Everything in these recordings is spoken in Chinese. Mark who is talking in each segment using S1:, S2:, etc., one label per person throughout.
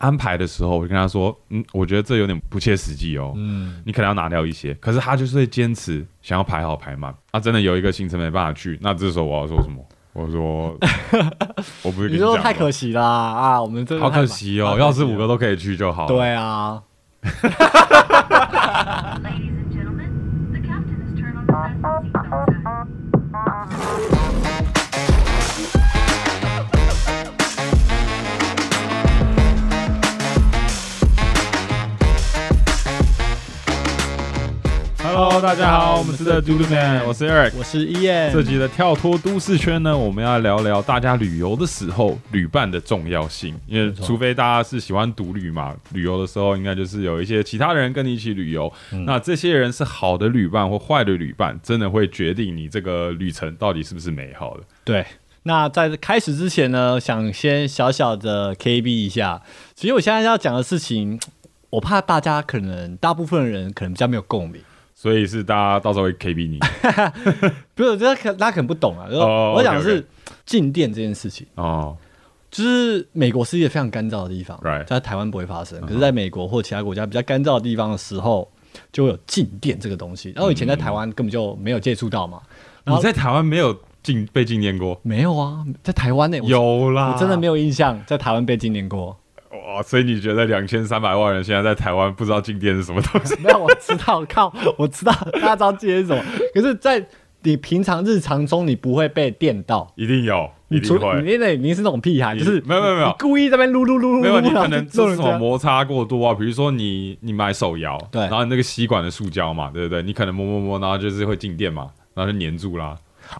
S1: 安排的时候，我就跟他说，嗯，我觉得这有点不切实际哦，
S2: 嗯，
S1: 你可能要拿掉一些。可是他就是会坚持想要排好排满，啊，真的有一个行程没办法去，那这时候我要说什么？我 说，我不是跟
S2: 你
S1: 讲
S2: 说
S1: 吗
S2: 太可惜啦啊！我们真的
S1: 好
S2: 太
S1: 可
S2: 忙
S1: 惜
S2: 好
S1: 哦，
S2: 可
S1: 要是五
S2: 哦
S1: 个都可以去就好。，
S2: 对啊，
S3: Ladies and gentlemen, the captain has turned on the fasten seatbelt sign.
S1: ，Hello，大家好，我们是 The Doodle Man，我是 Eric。
S2: 我是伊 燕，
S1: 这集的跳脱都市圈呢，我们要聊聊大家旅游的时候旅伴的重要性，因为
S2: 没错
S1: 除非大家是喜欢独旅嘛，旅游的时候应该就是有一些其他人跟你一起旅游，
S2: 嗯
S1: 那这些人是好的旅伴或坏的旅伴，真的会决定你这个旅程到底是不是美好的。
S2: 对。那在开始之前呢，想先小小的 KB 一下，其实我现在要讲的事情，我怕大家可能大部分人可能比较没有共鸣，
S1: 所以是大家到时候会 KB 你
S2: 不是，这可大家可能不懂啊。就是
S1: 哦
S2: 我讲的
S1: OK，OK
S2: 是静电这件事情，
S1: 哦，
S2: 就是美国是一个非常干燥的地方
S1: Right 嗯
S2: 在台湾不会发生，可是在美国或其他国家比较干燥的地方的时候，就会有静电这个东西。然后以
S1: 嗯
S2: 前在台湾根本就没有接触到嘛，然
S1: 你
S2: 后
S1: 在台湾没有进被禁电过？
S2: 没有啊，在台湾呢、我，
S1: 有啦，
S2: 我真的没有印象在台湾被禁电过。
S1: 哇！所以你觉得两千三百万人现在在台湾不知道禁电是什么东 西？
S2: 没有，我知道，靠，我知道大家知道这是什么，可是，在你平常日常中你不会被电到。
S1: 一定有，一
S2: 你
S1: 定
S2: 除
S1: 会。
S2: 你那你是那种屁孩，
S1: 你
S2: 就是
S1: 没有没有没有
S2: 你故意在那边撸撸撸撸 撸，
S1: 没有，你
S2: 然后
S1: 可能
S2: 弄
S1: 是
S2: 成
S1: 什
S2: 这
S1: 么
S2: 样
S1: 摩擦过度啊？比如说你你买手摇，
S2: 对
S1: 然后你那个吸管的塑胶嘛，对不对？你可能摸摸摸，然后就是会静电嘛，然后就粘住啦。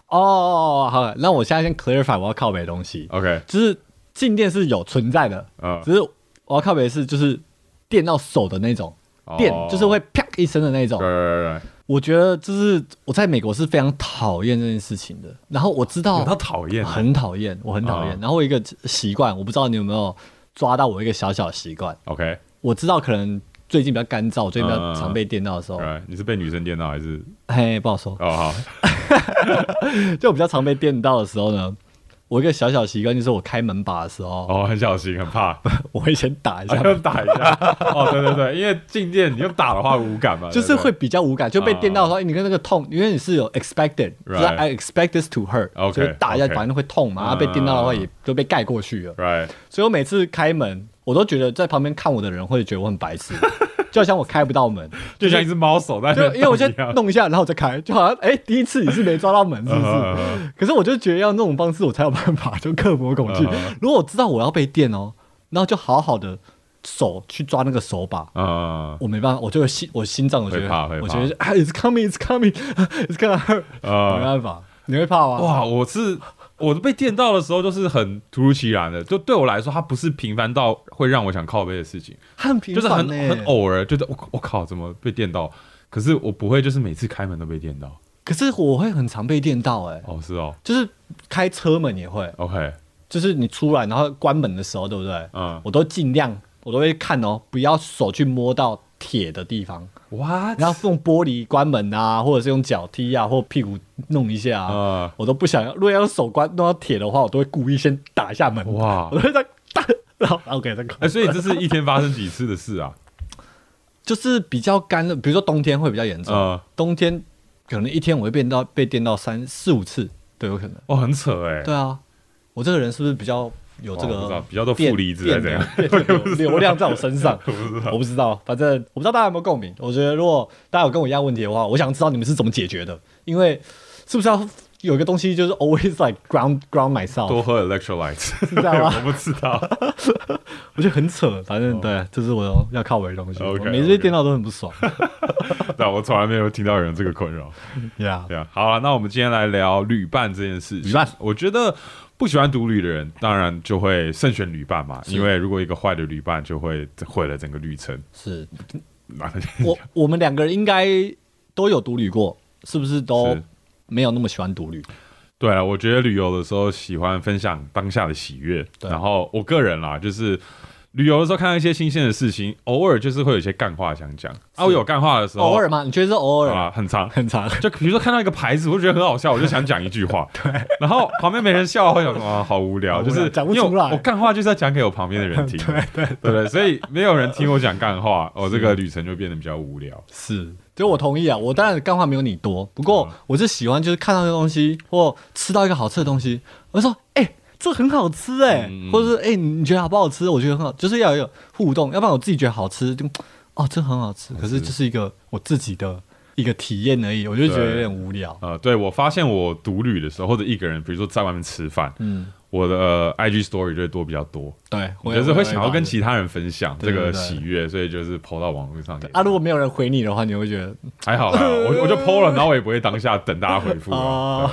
S2: 哦哦，哦好，那我现在先 clarify 我要靠北的东西，
S1: OK，
S2: 就是静电是有存在的，
S1: 呃，
S2: 只是我要靠北的是就是电到手的那种，
S1: 哦
S2: 电就是会啪一声的那
S1: 对
S2: 种。
S1: 对对
S2: 我觉得就是我在美国是非常讨厌这件事情的，然后我知
S1: 对，
S2: 道
S1: 他讨厌，
S2: 哦
S1: 啊
S2: 很讨厌，我很讨厌。
S1: 哦
S2: 然后我有一个习惯，我不知道你有没有抓到我一个小小的习惯，
S1: OK，
S2: 我知道可能。最近比较干燥，最近
S1: 嗯嗯
S2: 比较
S1: 嗯
S2: 常被电到的时候，
S1: 对，你是被女生电到还是？
S2: 嘿，不好说。
S1: 哦好，
S2: 就我比较常被电到的时候呢，我一个小小习惯就是我开门把的时候，
S1: 哦很小心，很 怕，
S2: 我会先 打一下
S1: 啊，要打一下。哦，对对对，因为静电你用打的话无感嘛，
S2: 就是
S1: 对不
S2: 会
S1: 对
S2: 比较无感，就被电到的哎话，你跟那个痛，因为你是有 expected，就是
S1: Right
S2: I expect this to hurt，
S1: OK，
S2: 就是打一下
S1: OK
S2: 反正会痛嘛，然
S1: 啊
S2: 啊后被电到的话也就被盖过去了。
S1: right
S2: 所以我每次开门，我都觉得在旁边看我的人会觉得我 很白痴，就好像我开不到门，
S1: 就像一只猫手在那
S2: 就
S1: 边
S2: 因为我
S1: 动
S2: 先
S1: 一样，
S2: 弄一下，然后我再开，就好像哎、第一次你是没抓到门是不
S1: 嗯 嗯
S2: 是？可是我就觉得要那种方式我才有办法就克服恐惧
S1: 嗯嗯。
S2: 如果我知道我要被电哦，然后就好好的手去抓那个手把，
S1: 嗯
S2: 我没办法，我就会心我心脏我觉
S1: 会
S2: 得
S1: 怕会怕
S2: 我觉得 啊，it's coming，it's coming，it's gonna hurt，、
S1: 呃
S2: 没办法，你会怕吗？
S1: 哇，我是我被电到的时候，就是很突如其然的，就对我来说，它不是频繁到会让我想靠背的事情，
S2: 它很频
S1: 就是
S2: 繁
S1: 很
S2: 欸呢、
S1: 很哦偶尔，就是我我靠，怎么被电到？可是我不会，就是每次开门都被电到。
S2: 可是我会很常被电到哎、
S1: 哦，是哦
S2: 就是开车门也会，
S1: ，OK，
S2: 就是你出来然后关门的时候，对不对？
S1: 嗯
S2: 我都尽量，我都会看哦，不要手去摸到铁的地方，
S1: 哇，
S2: 然后用玻璃关门啊，或者是用脚踢啊，或屁股弄一下啊，
S1: 啊，
S2: 我都不想要。如果要用手关弄到铁的话，我都会故意先打一下门，
S1: 哇
S2: 我都会在打，然后 OK 再关。
S1: 哎，所以这是一天发生几次的事 啊？
S2: 就是比较干的，比如说冬天会比较严重，
S1: 嗯
S2: 冬天可能一天我会变到被电到三四五次都有可能。
S1: 哦，很扯哎，
S2: 对啊，我这个人是不是比较有这
S1: 哇哦不知
S2: 个
S1: 道比较多
S2: 电
S1: 负离子还是怎样
S2: 电流电流流量在我身上？我不知道，反正我不知道大家有没有共鸣。我觉得如果大家有跟我一样问题的话，我想知道你们是怎么解决的，因为是不是要有一个东西就是 always like ground ground myself，
S1: 多喝 electrolytes，
S2: 知道吗
S1: 我不知道。
S2: 我觉得很扯。反
S1: 哦
S2: 正对，这是我要靠我的东西，我
S1: OK，
S2: 每次被
S1: OK
S2: 电到都很不爽。
S1: 但啊我从来没有听到有人这个困扰。
S2: Yeah，
S1: 对啊，好了，那我们今天来聊旅伴这件事情。
S2: 旅伴
S1: 我觉得不喜欢独旅的人，当然就会慎选旅伴嘛，
S2: 是
S1: 因为如果一个坏的旅伴，就会毁了整个旅程。
S2: 是。
S1: 那
S2: 我我们两个人应该都有独旅过，是不是都
S1: 是
S2: 没有那么喜欢独旅？
S1: 对啊，我觉得旅游的时候喜欢分享当下的喜悦，
S2: 对
S1: 然后我个人啦，就是。旅游的时候看到一些新鲜的事情，偶尔就是会有一些干话想讲啊。我有干话的时候，
S2: 偶尔吗？你觉得是偶尔
S1: 啊，很长。
S2: 很长，
S1: 就比如说看到一个牌子，我就觉得很好笑，我就想讲一句 话，对，然后旁边没人笑，我想说啊，好无聊，
S2: 好无
S1: 就
S2: 聊
S1: 是
S2: 哦讲不
S1: 因为我
S2: 出来
S1: 我干话就是要讲给我旁边的人 听，对对对所以没有人听我讲干话，哦，这个旅程就变得比较无聊。
S2: 是，就我同意啊，我当然干话没有你多，不过
S1: 嗯
S2: 我是喜欢就是看到一个东西或吃到一个好吃的东西，我就说哎、这很好吃哎、
S1: 嗯嗯
S2: 或者是哎、你觉得好不好吃？我觉得很好，就是要有互动，要不然我自己觉得好吃就哦这很好吃，可是就是一个我自己的一个体验而已，我就觉得有点无聊。
S1: 呃，对我发现我独旅的时候，或者一个人，比如说在外面吃饭，
S2: 嗯，
S1: 我的、呃 IG story 就会多比较多，
S2: 对，
S1: 我
S2: 也
S1: 就是会想要跟
S2: 我也
S1: 其他人分享这
S2: 对
S1: 个
S2: 对对
S1: 喜悦，所以就是抛到网络上给。
S2: 啊，如果没有人回你的话，你会觉得
S1: 还好，还好，我我就抛了，然后我也不会当下等大家回复啊，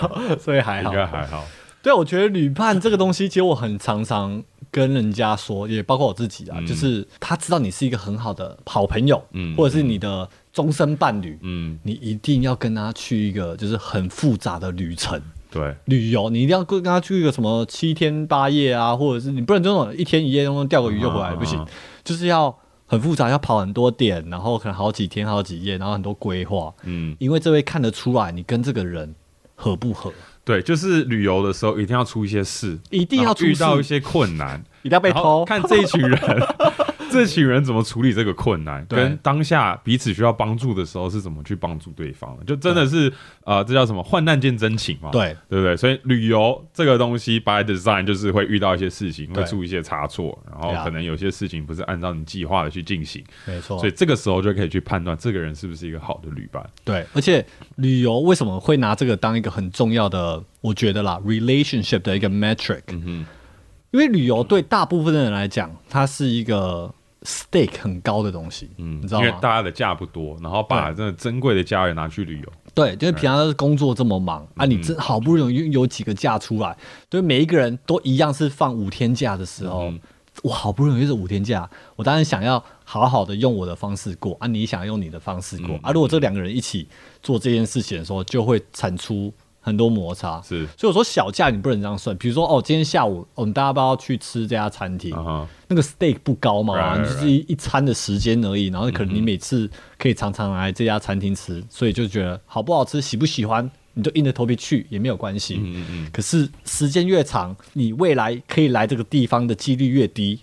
S2: 哦， 所以还
S1: 对
S2: 好，
S1: 应该还好。
S2: 对，啊我觉得旅伴这个东西，其实我很常常跟人家说，也包括我自己啊，
S1: 嗯
S2: 就是他知道你是一个很好的好朋友，
S1: 嗯
S2: 或者是你的终身伴侣，
S1: 嗯，
S2: 你一定要跟他去一个就是很复杂的旅程。
S1: 对，
S2: 旅游，你一定要跟他去一个什么七天八夜啊，或者是你不能就那种一天一夜，那种钓个鱼就回来、
S1: 嗯嗯嗯
S2: 不行，就是要很复杂，要跑很多点，然后可能好几天、好几夜，然后很多规划，
S1: 嗯，
S2: 因为这会看得出来你跟这个人合不合，
S1: 对，就是旅游的时候一定要出一些事，
S2: 一定要出
S1: 然后遇到
S2: 事
S1: 一些困难，
S2: 一 定要被
S1: 然后
S2: 偷。
S1: 看这一群人， 这群人怎么处理这个困难，
S2: 对
S1: 跟当下彼此需要帮助的时候是怎么去帮助对方的，就真的是呃，这叫什么患难见真情嘛，
S2: 对
S1: 对不对？所以旅游这个东西 by design 就是会遇到一些事情，会
S2: 对
S1: 出一些差错，然后
S2: 对啊
S1: 可能有些事情不是按照你计划的去进行，
S2: 没错，
S1: 所以这个时候就可以去判断这个人是不是一个好的旅伴。
S2: 对，而且旅游为什么会拿这个当一个很重要的，我觉得啦，relationship 的一个 metric，、
S1: 嗯
S2: 因为旅游对大部分的人来讲，它是一个 stake 很高的东西，
S1: 嗯，
S2: 你知道
S1: 因为大
S2: 吗？
S1: 家的假不多，然后把
S2: 对
S1: 这珍贵的家人拿去旅游。
S2: 对，
S1: 嗯
S2: 因为平常都是工作这么忙、啊，你真好不容易有几个假出来，对每一个人都一样是放五天假的时候。
S1: 嗯
S2: 我好不容易是五天假，我当然想要好好的用我的方式过啊，你想用你的方式过、
S1: 嗯
S2: 啊。如果这两个人一起做这件事情的时候，就会产出很多摩擦。
S1: 是
S2: 所以我说小价你不能这样算，比如说哦，今天下午我们大家不要去吃这家餐厅，
S1: 啊哈，
S2: 那个 steak 不高嘛
S1: Right, right,
S2: 你就是一一餐的时间而已，然后可能你每次可以常常来这家餐
S1: 嗯
S2: 厅吃，所以就觉得好不好吃、喜不喜欢，你就硬着头皮去也没有关系。
S1: 嗯嗯
S2: 可是时间越长，你未来可以来这个地方的几率越低，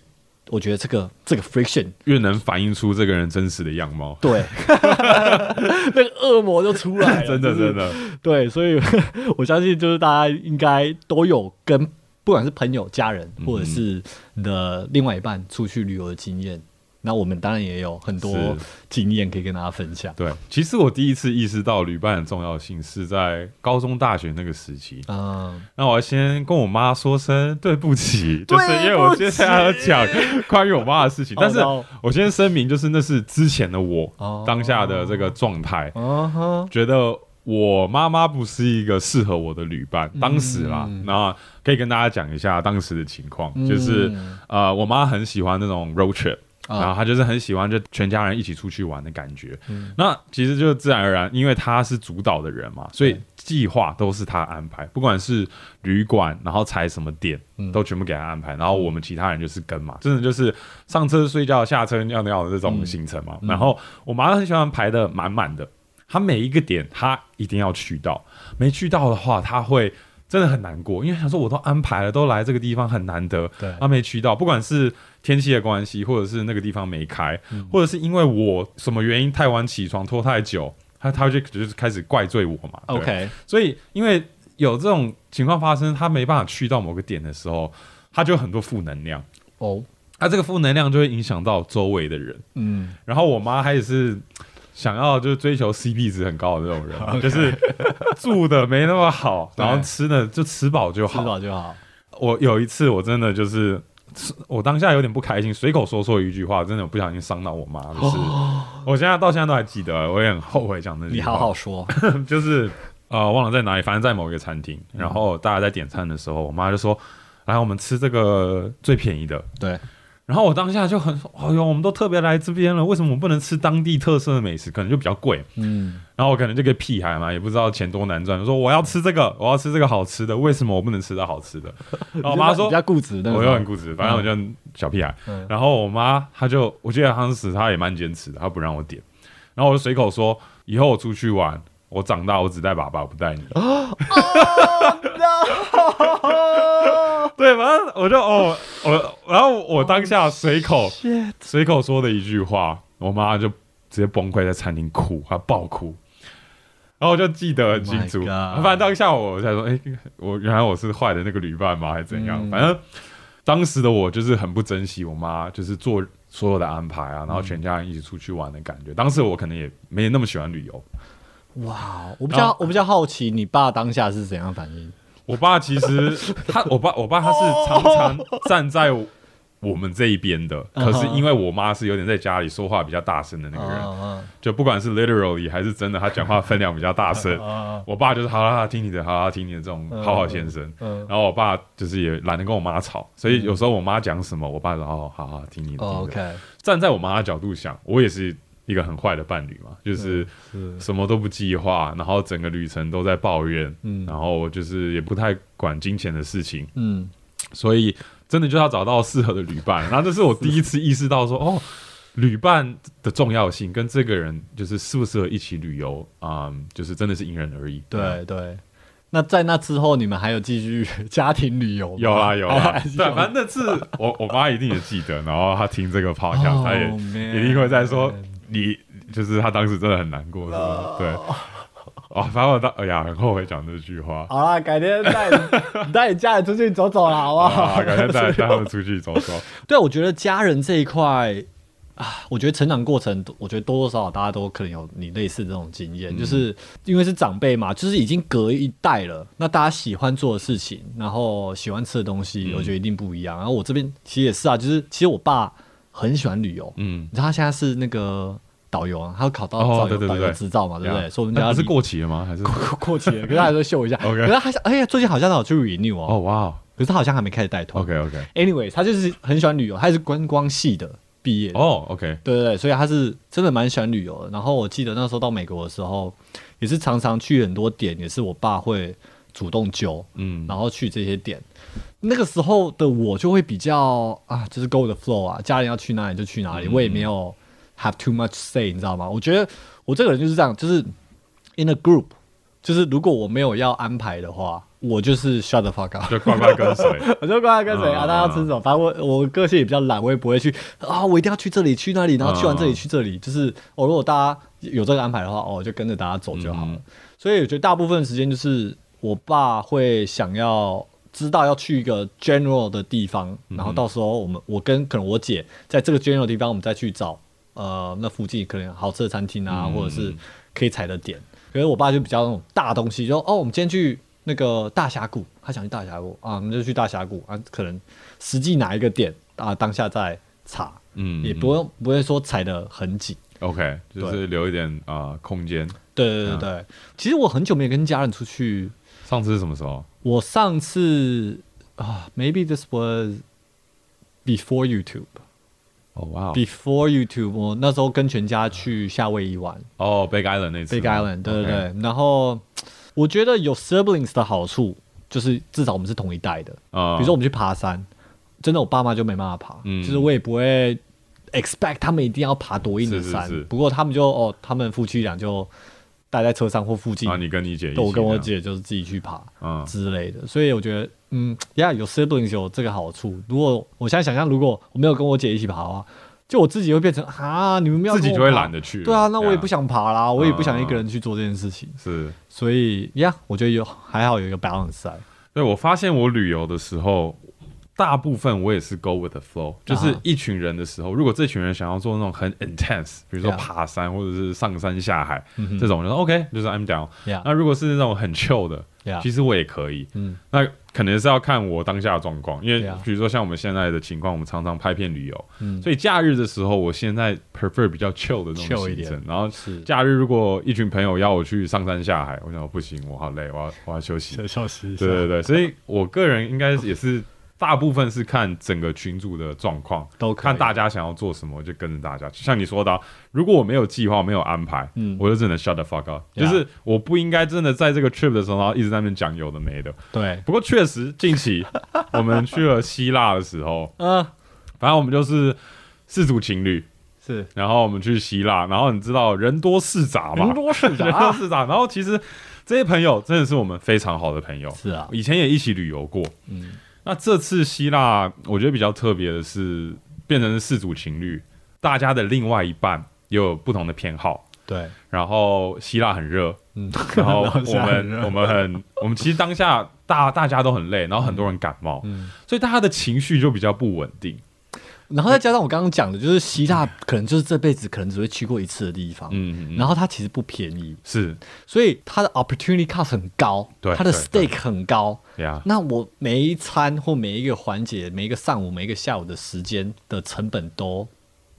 S2: 我觉得这个这个 friction
S1: 越能反映出这个人真实的样貌。
S2: 对， 那个恶魔就出来了，
S1: 真的
S2: 啊就是
S1: 真的，
S2: 对，所以 我相信就是大家应该都有跟不管是朋友、家人，
S1: 嗯
S2: 或者是你的另外一半出去旅游的经验。那我们当然也有很多
S1: 是
S2: 经验可以跟大家分享
S1: 对。其实我第一次意识到旅伴的重要性是在高中、大学那个时期。
S2: 嗯，
S1: 那我要先跟我妈说声对不起，就是
S2: 对
S1: 因为我
S2: 不
S1: 接下来要讲关于我妈的事情。但是
S2: 哦
S1: 我先声明，就是那是之前的我
S2: 哦
S1: 当下的这个状态，
S2: 啊哈，
S1: 觉得我妈妈不是一个适合我的旅伴，当时啦，那可以跟大家讲一下当时的情况，就是呃，我妈很喜欢那种 road trip。
S2: 啊
S1: 然后她就是很喜欢就全家人一起出去玩的感觉，那其实就自然而然，因为她是主导的人嘛，所以计划都是她安排，不管是旅馆，然后踩什么点，都全部给她安排。然后我们其他人就是跟嘛，真的就是上车睡觉，下车尿尿的这种行程嘛。然后我妈很喜欢排的满满的，他每一个点他一定要去到，没去到的话他会真的很难过，因为想说我都安排了，都来这个地方很难得，
S2: 对
S1: 他没去到，不管是天气的关系，或者是那个地方没开，
S2: 嗯
S1: 或者是因为我什么原因太晚起床拖太久，他他就就是开始怪罪我嘛对
S2: OK，
S1: 所以因为有这种情况发生，他没办法去到某个点的时候，他就有很多负能量，
S2: 哦，
S1: 他这个负能量就会影响到周围的人，
S2: 嗯，
S1: 然后我妈她也是想要就是追求 CP 值很高的那种人，就是住的没那么好，
S2: 对
S1: 然后吃的就吃饱就
S2: 吃
S1: 好。
S2: 饱就好，
S1: 我有一次我真的就是。我当下有点不开心，随口说错一句话，真的不小心伤到我妈。就是、我现在到现在都还记得，我也很后悔讲那句话。
S2: 哦你好好说，
S1: 就是呃忘了在哪里，反正在某一个餐厅，然后大家在点餐的时候，我妈就说：“来，我们吃这个最便宜的。”
S2: 对，
S1: 然后我当下就很，哎呦，我们都特别来这边了，为什么我们不能吃当地特色的美食？可能就比较贵。
S2: 嗯，
S1: 然后我可能这个屁孩嘛，也不知道钱多难赚，说我要吃这个，我要吃这个好吃的，为什么我不能吃到好吃的？然后我妈说
S2: 比，较固执，那个
S1: 我
S2: 时
S1: 又
S2: 候
S1: 很固执，反正我就小屁孩。
S2: 嗯
S1: 然后我妈她就，我记得当时她也蛮坚持的，她不让我点。然后我就随口说，以后我出去玩，我长大我只带爸爸，我不带你。
S2: 啊
S1: 对，反正我就哦，我然后我当下随口
S2: 哦 Shit
S1: 随口说的一句话，我妈就直接崩溃在餐厅哭，她爆哭。然后我就记得很清楚
S2: Oh my
S1: 反
S2: god
S1: 正当下我才说，哎、我原来我是坏的那个旅伴吗？还是怎样？
S2: 嗯
S1: 反正当时的我就是很不珍惜我妈，就是做所有的安排啊，然后全家人一起出去玩的感觉。当时我可能也没那么喜欢旅 游，
S2: 哇，哦我比
S1: 然
S2: 较
S1: 后
S2: 我比较好奇你爸当下是怎样反应？
S1: 我爸其实他，我爸我爸他是常常 站在我们这一边的，
S2: 嗯哼
S1: 可是因为我妈是有点在家里说话比较大声的那个人，
S2: 啊
S1: 就不管是 literally 还是真的，他讲话分量比较大声
S2: 啊。啊，
S1: 我爸就是好啦好啦，听你的，好啦好啦听你的这种
S2: 嗯
S1: 好好先生。
S2: 嗯
S1: 然后我爸就是也懒得跟我妈吵，所以有时候我妈讲什么，我爸说哦，好好听你的。
S2: 哦
S1: 听你的
S2: ，OK，
S1: 站在我妈的角度想，我也是一个很坏的伴侣嘛，就是
S2: 嗯是
S1: 什么都不计划，然后整个旅程都在抱怨，
S2: 嗯
S1: 然后就是也不太管金钱的事情，
S2: 嗯，
S1: 所以真的就要找到适合的旅伴。然后这是我第一次意识到说，哦，旅伴的重要性跟这个人就是适不适合一起旅游啊、嗯就是真的是因人而异。
S2: 对对。那在那之后，你们还有继续 家庭旅游吗？，
S1: 有啊啦有啦对，反正那次 我我妈一定也记得，然后她听这个 podcast，
S2: Oh,
S1: 她也
S2: man
S1: 一定会在说你，就是她当时真的很难过，是吧？对，哦，反正我当哎呀很后悔讲这句话，
S2: 好啦，改天带你带你家人出去走走啦，好不 好？
S1: 啊，改天带带他们出去走 走，
S2: 对，啊我觉得家人这一块啊，我觉得成长过程，我觉得多多少少大家都可能有你类似这种经
S1: 嗯
S2: 验，就是因为是长辈嘛，就是已经隔一代了，那大家喜欢做的事情，然后喜欢吃的东西，我觉得
S1: 嗯
S2: 一定不一样。然后我这边其实也是啊，就是其实我爸很喜欢旅游，
S1: 嗯，
S2: 你知道他现在是那个导游啊，他要考到
S1: 哦
S2: 导游、
S1: 对对对
S2: 导游
S1: 对
S2: 执照嘛，对不对？
S1: 呀
S2: 所以我们
S1: 那
S2: 家
S1: 不是
S2: 里
S1: 过期了吗？还是
S2: 过期了，可是他还是秀一下。
S1: OK
S2: 可是他还是哎呀，最近好像他有去 renew 哦，
S1: 哦哇
S2: 可是他好像还没开始带团。
S1: ，OK OK，
S2: Anyway，他就是很喜欢旅游，他也是观光系的毕业的
S1: 哦 OK，
S2: 对对对，所以他是真的蛮喜欢旅游的。然后我记得那时候到美国的时候，也是常常去很多点，也是我爸会主动揪，
S1: 嗯
S2: 然后去这些点。那个时候的我就会比较啊，就是 go with the flow 啊，家人要去哪里就去哪里，我也没有 have too much say，你知道吗？我觉得我这个人就是这样，就是 in a group，就是如果我没有要安排的话，我就是 shut the fuck up。
S1: 就乖乖跟 随。
S2: 我就乖乖跟谁啊？
S1: 嗯
S2: 大家要吃什么？反正我我个性也比较懒，我也不会去啊，我一定要去这里去那里，然后去完这里
S1: 嗯
S2: 去这里。就是哦，如果大家有这个安排的话，哦，就跟着大家走就好了。
S1: 嗯
S2: 所以我觉得大部分时间就是我爸会想要知道要去一个 general 的地方，
S1: 嗯
S2: 然后到时候我们我跟可能我姐在这个 general 地方，我们再去找呃那附近可能好吃的餐厅啊，
S1: 嗯
S2: 或者是可以踩的点。可是我爸就比较那种大东西，就哦，我们今天去那个大峡谷，他想去大峡谷啊，我们就去大峡谷啊，可能实际哪一个点啊，当下再查，
S1: 嗯
S2: 也不用不会说踩的很紧。
S1: OK，就是留一点啊、呃空间。
S2: 对对对
S1: 啊
S2: 对，其实我很久没有跟家人出去
S1: 上次是什么时候？
S2: 我上次啊，maybe this was before YouTube。
S1: 哦哇
S2: Before YouTube，我那时候跟全家去夏威夷玩
S1: 哦，Big Island 那次吗。
S2: ，Big Island，对对
S1: OK
S2: 对。然后我觉得有 siblings 的好处就是至少我们是同一代的。
S1: 啊，
S2: 比如说我们去爬山，真的我爸妈就没办法爬，
S1: 嗯
S2: 就是我也不会 expect 他们一定要爬多硬的
S1: 是是
S2: 山。
S1: 是
S2: 不过他们就哦，他们夫妻俩就待在车上或附近
S1: 啊，你跟你姐一起，
S2: 对我跟我，姐就是自己去爬
S1: 嗯
S2: 之类的，所以我觉得，嗯，呀、有 siblings 有这个好处。如果我现在想象，如果我没有跟我姐一起爬的话，就我自己会变成啊，你们没有
S1: 自己就会懒
S2: 得。
S1: 得去了。
S2: 对啊，那我也不
S1: 对啊。
S2: 想爬啦，我也不想一个人去做这件事情，
S1: 啊是，
S2: 所以呀我觉得有还好有一个 balance 在。
S1: 对我发现我旅游的时候。大部分我也是 go with the flow，就是
S2: 啊
S1: 一群人的时候，如果这群人想要做那种很 intense，比如说
S2: Yeah 嗯
S1: 爬山或者是上山下海、
S2: 哼
S1: 这种，我就说 OK，就是 I'm down。
S2: Yeah
S1: 那如果是那种很 chill 的
S2: Yeah
S1: 其实我也可以。
S2: 啊嗯
S1: 那可能是要看我当下的状况，因为
S2: Yeah
S1: 比如说像我们现在的情况，我们常常拍片旅游，
S2: 嗯，
S1: 所以假日的时候，我现在 prefer 比较 chill 的那
S2: chill
S1: 种行
S2: 一点
S1: 程。然后
S2: 是
S1: 假日如果一群朋友要我去上山下海，
S2: 啊
S1: 我想说不行，我好累，我要我要休息。
S2: 笑死一
S1: 对对对，所以我个人应该也是大部分是看整个群组的状况，
S2: 都可以
S1: 看大家想要做什么，我就跟着大家。像你说的啊、如果我没有计划、没有安排，
S2: 嗯
S1: 我就只能 shut the fuck up，、
S2: Yeah
S1: 就是我不应该真的在这个 trip 的时候，然后一直在那边讲有的没的。
S2: 对，
S1: 不过确实，近 期我们去了希腊的时候，
S2: 嗯，
S1: 反正我们就是四组情侣，
S2: 是
S1: 然后我们去希腊，然后你知道人多势杂嘛，
S2: 人多势杂 啊
S1: 人多势杂。然后其实这些朋友真的是我们非常好的朋友，
S2: 是啊
S1: 以前也一起旅游过。
S2: 嗯
S1: 那这次希腊，我觉得比较特别的是，变成是四组情侣，大家的另外一半也有不同的偏好。
S2: 对，
S1: 然后希腊很热，
S2: 嗯，
S1: 然 后
S2: 是
S1: 我
S2: 啊
S1: 们我们很我们其实当下大大家都很累，然后很多人感冒，
S2: 嗯
S1: 所以大家的情绪就比较不稳定。
S2: 然后再加上我刚刚讲的，就是希腊可能就是这辈子可能只会去过一次的地方，
S1: 嗯嗯嗯
S2: 然后它其实不便宜，
S1: 是
S2: 所以它的 opportunity cost 很高，
S1: 对
S2: 它的
S1: 对
S2: stake 很高。
S1: 呀，
S2: 那我每一餐或每一个环节、每一个上午、每一个下午的时间的成本都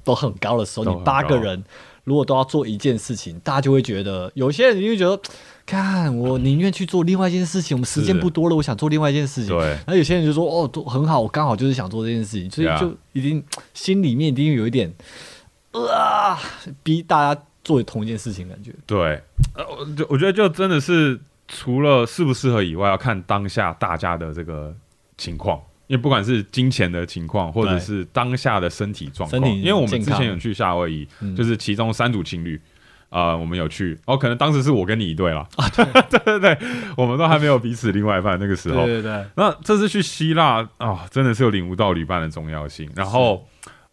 S2: 都很高的时候，
S1: 都
S2: 你
S1: 很
S2: 八个
S1: 高
S2: 人如果都要做一件事情，大家就会觉得，有些人就会觉得，看我宁愿去做另外一件事情，我们时间
S1: 是
S2: 不多了，我想做另外一件事情。
S1: 对
S2: 然后有些人就说，哦，都很好，我刚好就是想做这件事情，所以
S1: Yeah
S2: 就已经心里面一定有一点，啊、逼大家做同一件事情，感觉
S1: 对，呃，我就我觉得就真的是除了适不适合以外，要看当下大家的这个情况。因为不管是金钱的情况，或者是当下的身体状况，
S2: 身体
S1: 因为我们
S2: 健
S1: 之
S2: 康
S1: 前有去夏威夷，
S2: 嗯
S1: 就是其中三组情侣，啊，我们有去，哦，可能当时是我跟你一对啦， 啊，对对对对，我们都还没有彼此另外一半那个时候，
S2: 对，
S1: 那这次去希腊啊、真的是有领悟到旅伴的重要性。然后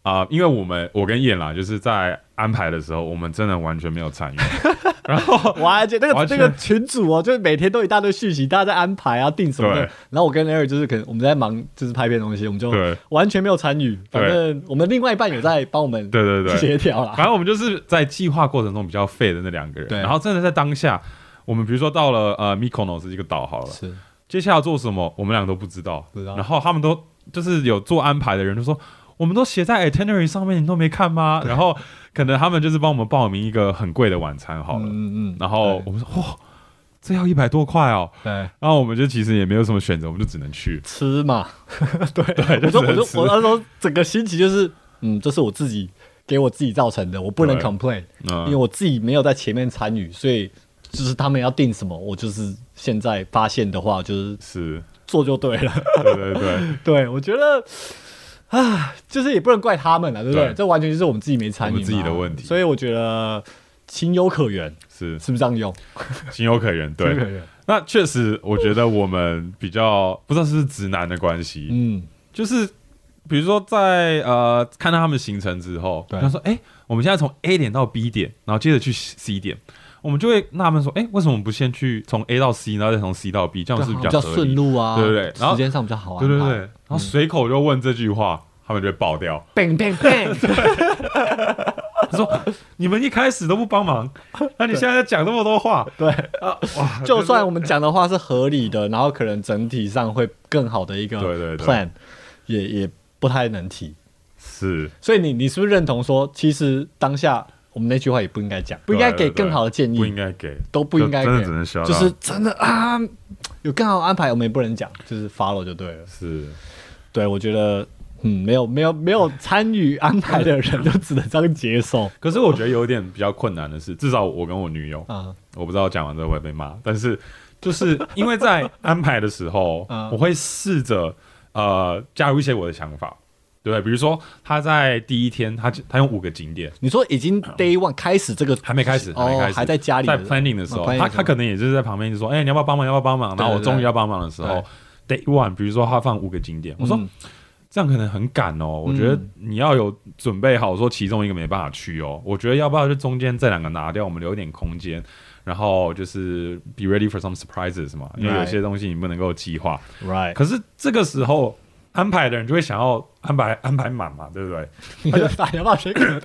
S1: 啊、因为我们我跟燕啦，就是在安排的时候，我们真的完全没有参与。然后
S2: 完全那
S1: 完
S2: 个
S1: 全
S2: 那个群主哦，就是每天都一大堆讯息，大家在安排啊、定什么的
S1: 对。
S2: 然后我跟 Air 就是可能我们在忙，就是拍片的东西，我们就
S1: 对
S2: 完全没有参与。
S1: 对
S2: 反正我们另外一半有在帮我们
S1: 对对对
S2: 协调啦。
S1: 反正我们就是在计划过程中比较废的那两个人。
S2: 对
S1: 然后真的在当下，我们比如说到了呃 Mykonos 一个岛好了，
S2: 是
S1: 接下来要做什么，我们俩都不知道。
S2: 不知道
S1: 然后他们都就是有做安排的人就说，我们都写在 itinerary 上面，你都没看吗？ 然后可能他们就是帮我们报名一个很贵的晚餐好了。
S2: 嗯嗯嗯，
S1: 然后我们说，哇、这要一百多块哦。
S2: 对
S1: 然后我们就其实也没有什么选择，我们就只能去。
S2: 吃嘛，对
S1: 对就
S2: 我
S1: 只
S2: 说我
S1: 能
S2: 说
S1: 吃
S2: 我那时候整个心情就是，嗯，这是我自己给我自己造成的，我不能
S1: 对
S2: complain，
S1: 嗯
S2: 因为我自己没有在前面参与，所以就是他们要定什么，我就是现在发现的话，就是
S1: 是，
S2: 做就对了。
S1: 对对对，
S2: 对，我觉得啊，就是也不能怪他们了，对不对？
S1: 对
S2: 这完全就是我们自己没参与嘛，
S1: 我们自己的问题
S2: 所以我觉得情有可原，
S1: 是
S2: 是不是这样用？
S1: 情有可原。
S2: 情有可
S1: 对，
S2: 原，
S1: 那确实，我觉得我们比较不知道是不是直男的关系，
S2: 嗯，
S1: 就是比如说在呃看到他们行程之后，
S2: 对
S1: 他说：“哎、我们现在从 A 点到 B 点，然后接着去 C 点。”我们就会纳闷说：“哎、为什么不先去从 A 到 C，然后再从 C 到 B，这样是
S2: 对
S1: 比
S2: 好
S1: 较合理
S2: 顺路啊，
S1: 对对对然后
S2: 时间上比较好啊，
S1: 对对对，然后随口就问这句话，他们就会爆掉。
S2: ，bang bang bang，
S1: 他说：“你们一开始都不帮 忙，那你现在讲那么多话，啊
S2: 对，
S1: 哇，
S2: 就算我们讲的话是合理的，然后可能整体上会更好的一个
S1: 对对对
S2: plan，也也不太能提。
S1: 是
S2: 所以你你是不是认同说，其实当下我们那句话也不应该讲，不应该
S1: 对
S2: 给
S1: 对对
S2: 更好的建议，
S1: 不应该给，
S2: 都不应该
S1: 就真的
S2: 给
S1: 只能需要到
S2: 就是真的啊，有更好的安排我们也不能讲，就是 follow 就对了。
S1: 是
S2: 对，我觉得嗯，没有没有没有参与安排的人都只能这样接受
S1: 可是我觉得有点比较困难的是，至少我跟我女友，
S2: 啊。
S1: 我不知道讲完之后会被骂，但是就是因为在安排的时候，
S2: 嗯
S1: 我会试着呃加入一些我的想法，对不对？比如说他在第一天，他他用五个景点。
S2: 你说已经
S1: 嗯
S2: day one 开始这个
S1: 还没开始，还没
S2: 哦
S1: 开，始，
S2: 还在家里
S1: 在
S2: 的
S1: planning 的时候，
S2: 哦，planning
S1: 他他可能也就是在旁边就说：“哎、你要不要帮忙？要不要帮忙？”然后我
S2: 对对对
S1: 终于要帮忙的时候，day one，比如说他放五个景点，我说、
S2: 嗯
S1: 这样可能很赶哦。我觉得你要有准备好，说其中一个没办法去哦。我觉得要不要就中间这两个拿掉，我们留一点空间，然后就是 be ready for some surprises 嘛，因为
S2: Right
S1: 有些东西你不能够计划。
S2: right
S1: 可是这个时候安排的人就会想要安排安排满嘛，对不对？
S2: 打电话谁可能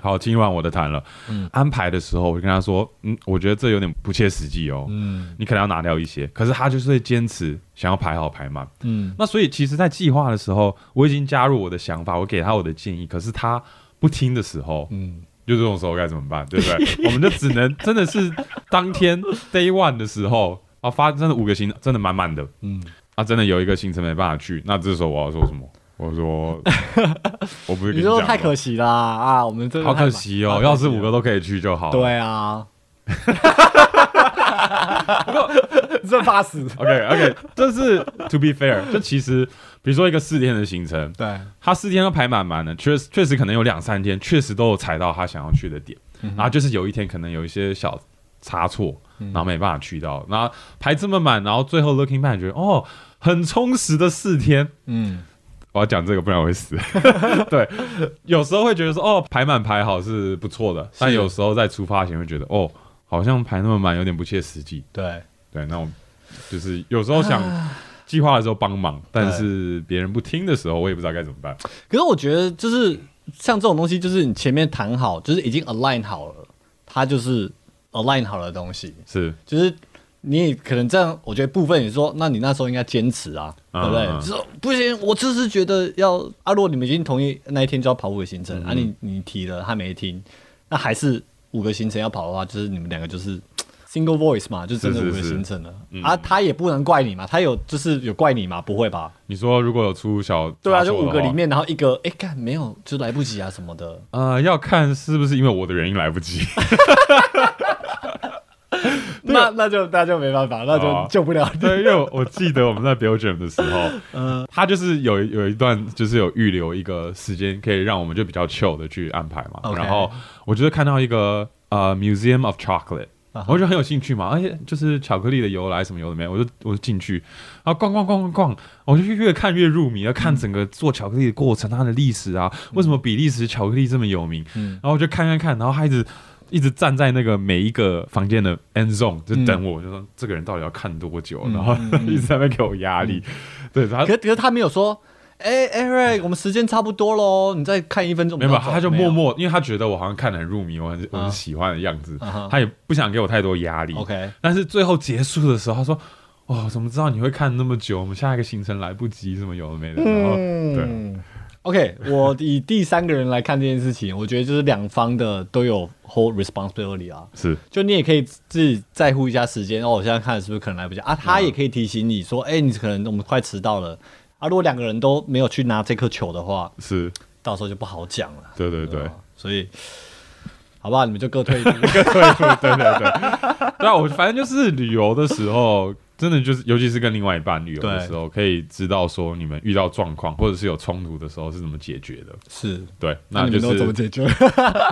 S1: 好，今晚我的谈了。
S2: 嗯
S1: 安排的时候，我就跟他说，嗯，我觉得这有点不切实际哦。
S2: 嗯
S1: 你可能要拿掉一些，可是他就是会坚持想要排好排满。
S2: 嗯
S1: 那所以其实，在计划的时候，我已经加入我的想法，我给他我的建议，可是他不听的时候，
S2: 嗯，
S1: 就这种时候该怎么办，对不 对？我们就只能真的是当天 day one 的时候啊，发真的五个星真的满满的，
S2: 嗯，
S1: 啊，真的有一个行程没办法去，那这时候我要说什么？我说 我不是跟
S2: 你
S1: 讲
S2: 说
S1: 吗
S2: 太可惜啦啊！我们真的
S1: 好
S2: 太
S1: 可
S2: 忙
S1: 惜
S2: 好
S1: 哦，
S2: 可
S1: 要是五
S2: 哦
S1: 个都可以去就好。
S2: 对 啊， 这怕死。
S1: ，OK OK，这是 to be fair，就其实比如说一个四天的行程，
S2: 对，
S1: 他四天都排满满的，确实确实可能有两三天确实都有踩到他想要去的点，然后就是有一天可能有一些小差错，然后没办法去到，然后排这么满，然后最后 looking back 觉得哦，很充实的四天。
S2: 嗯，
S1: 我要讲这个，不然我会死。 对，有时候会觉得说哦，排满排好是不错的，但有时候在出发前会觉得哦，好像排那么满有点不切实际。
S2: 对，
S1: 对，那我就是有时候想计划的时候帮忙，但是别人不听的时候，我也不知道该怎么办。
S2: 可是我觉得就是像这种东西，就是你前面谈好，就是已经 align 好了，它就是 align 好了的东西，
S1: 是，
S2: 就是。你也可能这样，我觉得部分你说，那你那时候应该坚持啊，对不对？
S1: 嗯嗯嗯
S2: 就是说不行，我就是觉得要啊。如果你们已经同意那一天就要跑五个行
S1: 嗯
S2: 程，啊你，你提了他没听，那还是五个行程要跑的话，就是你们两个就是 single voice 嘛，就真的
S1: 是是
S2: 五
S1: 嗯
S2: 个
S1: 是
S2: 行程了啊。他也不能怪你嘛，他有就是有怪你嘛，不会吧？
S1: 你说如果有出小
S2: 对啊，
S1: 差
S2: 就
S1: 错的
S2: 五个
S1: 话
S2: 里，面，然后一个哎干没有，就来不及啊什么的。
S1: 呃，要看是不是因为我的原因来不 及。
S2: 那那就那就没办法，那
S1: 啊哦
S2: 就救不了你。
S1: 对，因为我我记得我们在 Belgium 的时候，嗯，他就是有有一段就是有预留一个时间，可以让我们就比较 chill 的去安排嘛。
S2: OK
S1: 然后我就是看到一个呃 Museum of Chocolate。
S2: 啊哈
S1: 我就很有兴趣嘛，而且就是巧克力的由来什么有的没有，我就我就进去，然后逛逛逛逛逛，我就越看越入迷，要看整个做巧克力的过程，它的历史啊，为什么比利时巧克力这么有名？
S2: 嗯
S1: 然后我就看看看，然后他一直一直站在那个每一个房间的 end zone 就等
S2: 嗯
S1: 我，就说这个人到底要看多久？然后 一直在那边给我压力。
S2: 嗯
S1: 对，他
S2: 可可是他没有说，哎、艾 Eric，我们时间差不多喽，你再看一分钟。
S1: 没有，
S2: 我们要走
S1: 他就默。默，因为他觉得我好像看得很入迷，我很我很喜欢的样子
S2: 啊哈，
S1: 他也不想给我太多压力。
S2: OK
S1: 但是最后结束的时候，他说。哦，怎么知道你会看那么久？我们下一个行程来不及，什么有的没的。然后，对，
S2: 嗯，OK，我以第三个人来看这件事情，我觉得就是两方的都有 whole responsibility 啊。
S1: 是
S2: 就你也可以自己在乎一下时间哦，我现在看是不是可能来不及啊？他也可以提醒你说，哎、你可能我们快迟到了啊。如果两个人都没有去拿这颗球的话，
S1: 是，
S2: 到时候就不好讲了。
S1: 对对对
S2: 吧，所以好不好？你们就各 退一步。
S1: 对对对对对，对 啊，我反正就是旅游的时候，真的就是，尤其是跟另外一半旅游的
S2: 对
S1: 时候，可以知道说你们遇到状况或者是有冲突的时候是怎么解决的。
S2: 是，
S1: 对，那
S2: 那啊你
S1: 就
S2: 们都
S1: 是
S2: 怎么解决？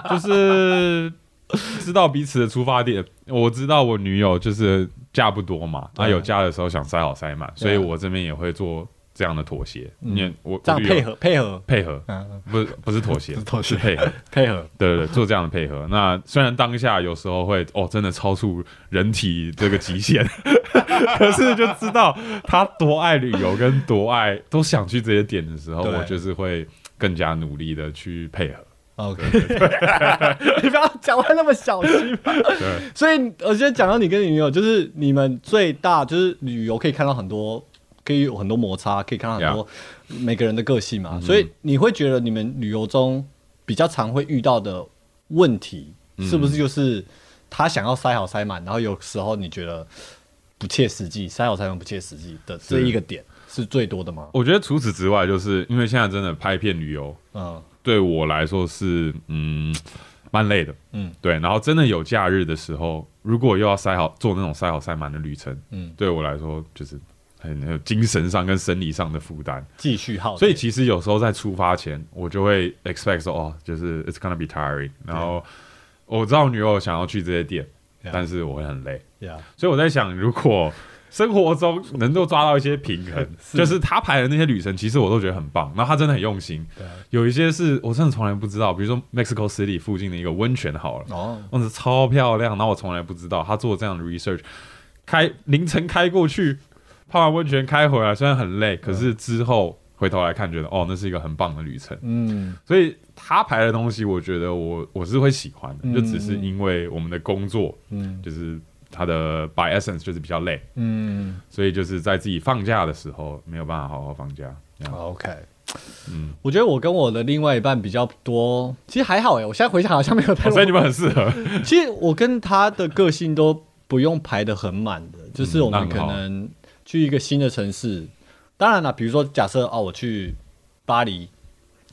S1: 就是 知道彼此的出发点。我知道我女友就是假不多嘛，她
S2: 对啊
S1: 有假的时候想塞好塞满，所以我这边也会做这样的妥协。因为我
S2: 嗯这样
S1: 我旅游
S2: 配合配合
S1: 配合
S2: 嗯，
S1: 不是不是妥 协，
S2: 是妥协
S1: 是配合。
S2: 配合，
S1: 对对对，做这样的配合。那虽然当下有时候会哦，真的超出人体这个极限， 可是就知道他多爱旅游跟多爱都想去这些点的时候，
S2: 对
S1: 我就是会更加努力的去配合。
S2: OK，你 不要讲话那么小心嘛。
S1: 对，
S2: 所以呃我觉得讲到你跟你女友，就是你们最大就是旅游可以看到很多，可以有很多摩擦，可以看到很多每个人的个性嘛。
S1: 嗯
S2: 所以你会觉得你们旅游中比较常会遇到的问题，是不是就是他想要塞好塞满，然后有时候你觉得不切实际，塞好塞满不切实际的这一个点是最多的吗？
S1: 我觉得除此之外，就是因为现在真的拍片旅游
S2: 嗯
S1: 对我来说是嗯蛮累的，
S2: 嗯
S1: 对。然后真的有假日的时候，如果又要塞好做那种塞好塞满的旅程，
S2: 嗯，
S1: 对我来说就是很很有精神上跟生理上的负担。
S2: 继续耗，
S1: 所以其实有时候在出发前，我就会 expect 说，哦，就是 it's gonna be tiring。然后我知道女友想要去这些店，
S2: Yeah
S1: 但是我会很累，
S2: 对啊，
S1: 所以我在想，如果生活中能够抓到一些平 衡，就是他排的那些旅程，其实我都觉得很棒。然后他真的很用心，
S2: 对啊，
S1: 有一些是我真的从来不知道，比如说 Mexico City 附近的一个温泉好了，
S2: 哦，
S1: 那是超漂亮，然后我从来不知道他做这样的 research，开凌晨开过去，泡完温泉开回来，虽然很累，可是之后回头来看，觉得哦，那是一个很棒的旅程。
S2: 嗯。
S1: 所以他排的东西，我觉得我我是会喜欢的，就只是因为我们的工作，
S2: 嗯
S1: 就是他的 by essence 就是比较累，
S2: 嗯
S1: 所以就是在自己放假的时候没有办法好好放假。这样
S2: ，OK，
S1: 嗯，
S2: 我觉得我跟我的另外一半比较多，其实还好哎，我现在回想好像没有太多。
S1: 哦所以你们很适合，
S2: 其实我跟他的个性都不用排的很满的，就是我
S1: 嗯
S2: 们
S1: 那
S2: 可
S1: 很好
S2: 能去一个新的城市，当然了，比如说假设哦，我去巴黎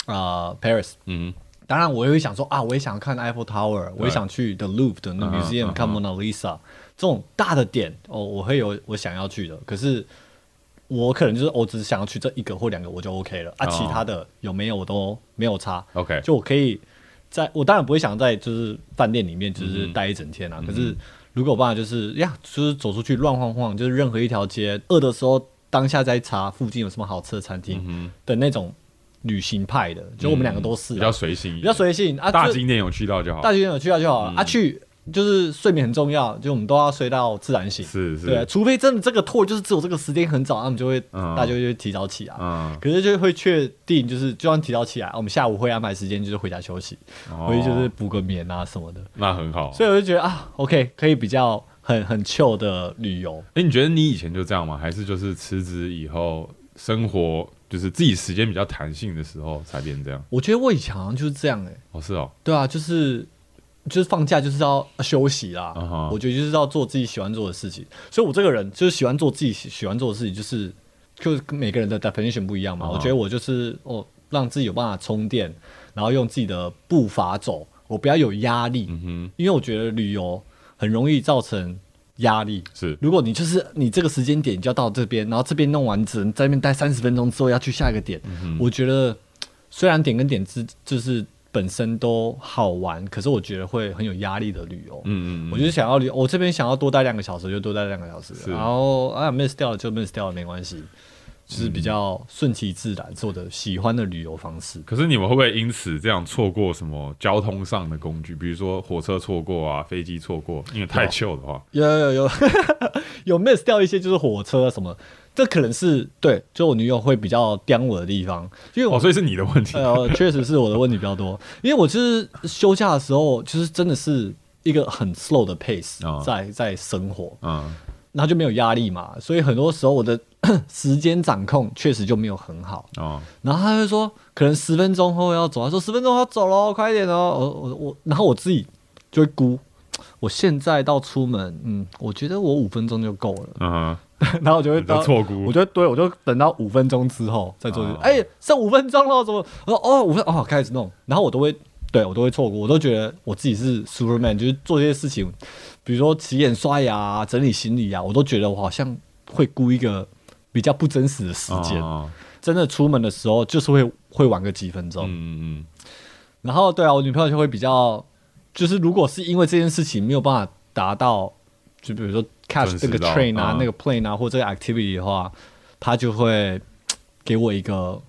S2: 啊、呃 Paris，
S1: 嗯
S2: 当然，我也会想说啊，我也想看 Eiffel Tower，我也想去 The Louvre 的那
S1: 嗯哼
S2: museum
S1: 嗯
S2: 看
S1: 哼
S2: Mona Lisa 这种大的点哦，我会有我想要去的。可是我可能就是我只想要去这一个或两个我就 OK 了啊，
S1: 哦
S2: 其他的有没有我都没有差。
S1: ，OK，
S2: 就我可以在，我当然不会想在就是饭店里面
S1: 嗯
S2: 就是待一整天啊。可是如果我爸就是呀，就是走出去乱晃晃，就是任何一条街，饿的时候当下再查附近有什么好吃的餐厅的那种旅行派的，就我们两个都是啊、
S1: 嗯比较随性一点，
S2: 比较随性啊，
S1: 大嗯
S2: 就
S1: 景点有去到就好，
S2: 大景点有去到就好了、啊，去就是睡眠很重要，就我们都要睡到自然醒，
S1: 是
S2: 对，啊
S1: 是，
S2: 除非真的这个 tour 就是只有这个时间很早，那我们就会、
S1: 嗯
S2: 大家就会提早起来。
S1: 嗯，
S2: 可是就会确定，就是就算提早起来，我们下午会安排时间，就是回家休息，
S1: 哦
S2: 回去就是补个眠啊什么的。
S1: 那很好。
S2: 所以我就觉得啊，OK，可以比较很很 chill 的旅游。
S1: 哎，你觉得你以前就这样吗？还是就是辞职以后生活就是自己时间比较弹性的时候才变这样？
S2: 我觉得我以前好像就是这样哎、
S1: 哦，是哦，
S2: 对啊，就是就是放假就是要休息啦。
S1: 嗯哼
S2: 我觉得就是要做自己喜欢做的事情，所以我这个人就是喜欢做自己喜喜欢做的事情，就是就是跟每个人的 definition 不一样嘛。
S1: 嗯哼
S2: 我觉得我就是哦，让自己有办法充电，然后用自己的步伐走，我不要有压力，
S1: 嗯
S2: 因为我觉得旅游很容易造成压力。
S1: 哼，是，
S2: 如果你就是你这个时间点就要到这边，然后这边弄完，你只能在那边待三十分钟之后要去下一个点。
S1: 嗯
S2: 我觉得虽然点跟点之就是本身都好玩，可是我觉得会很有压力的旅游。
S1: 嗯嗯，
S2: 我就是想要旅，我这边想要多待两个小时就多待两个小时，
S1: 是
S2: 然后啊 miss 掉了就 miss 掉了，没关系，就是比较顺其自然，是我的喜欢的旅游方式。
S1: 可是你们会不会因此这样错过什么交通上的工具，比如说火车错过啊，飞机错过，因为太旧的话，
S2: 有有有 有 miss 掉一些就是火车啊什么，这可能是对，就我女友会比较刁我的地方，因为我
S1: 哦，所以是你的问题，
S2: 呃，确实是我的问题比较多，因为我就是休假的时候，就是真的是一个很 slow 的 pace
S1: 哦
S2: 在、在生活，
S1: 嗯，
S2: 然后就没有压力嘛，所以很多时候我的 时间掌控确实就没有很好。
S1: 哦，
S2: 然后他就说，可能十分钟后要走，他说十分钟后要走喽，快一点哦。我我我，然后我自己就会估，我现在到出门，嗯，我觉得我五分钟就够了。
S1: 嗯
S2: 然后我就会
S1: 你就
S2: 到
S1: 错估
S2: 我就对我就等到五分钟之后再做这
S1: 哦
S2: 个。哎、剩五分钟了，怎么？我说哦，五分哦，开始弄，然后我都会，对我都会错估，我都觉得我自己是 Superman，就是做这些事情，比如说洗脸、刷牙啊、整理行李啊，我都觉得我好像会估一个比较不真实的时
S1: 哼，
S2: 间。
S1: 哦
S2: 真的出门的时候，就是会会晚个几分钟。
S1: 嗯嗯
S2: 然后对啊，我女朋友就会比较，就是如果是因为这件事情没有办法达到，就比如说 catch
S1: 准
S2: 这
S1: 时
S2: 个
S1: 到
S2: train 啊、
S1: 嗯
S2: 那个 plane 啊或这个 activity 的话，她就会给我一个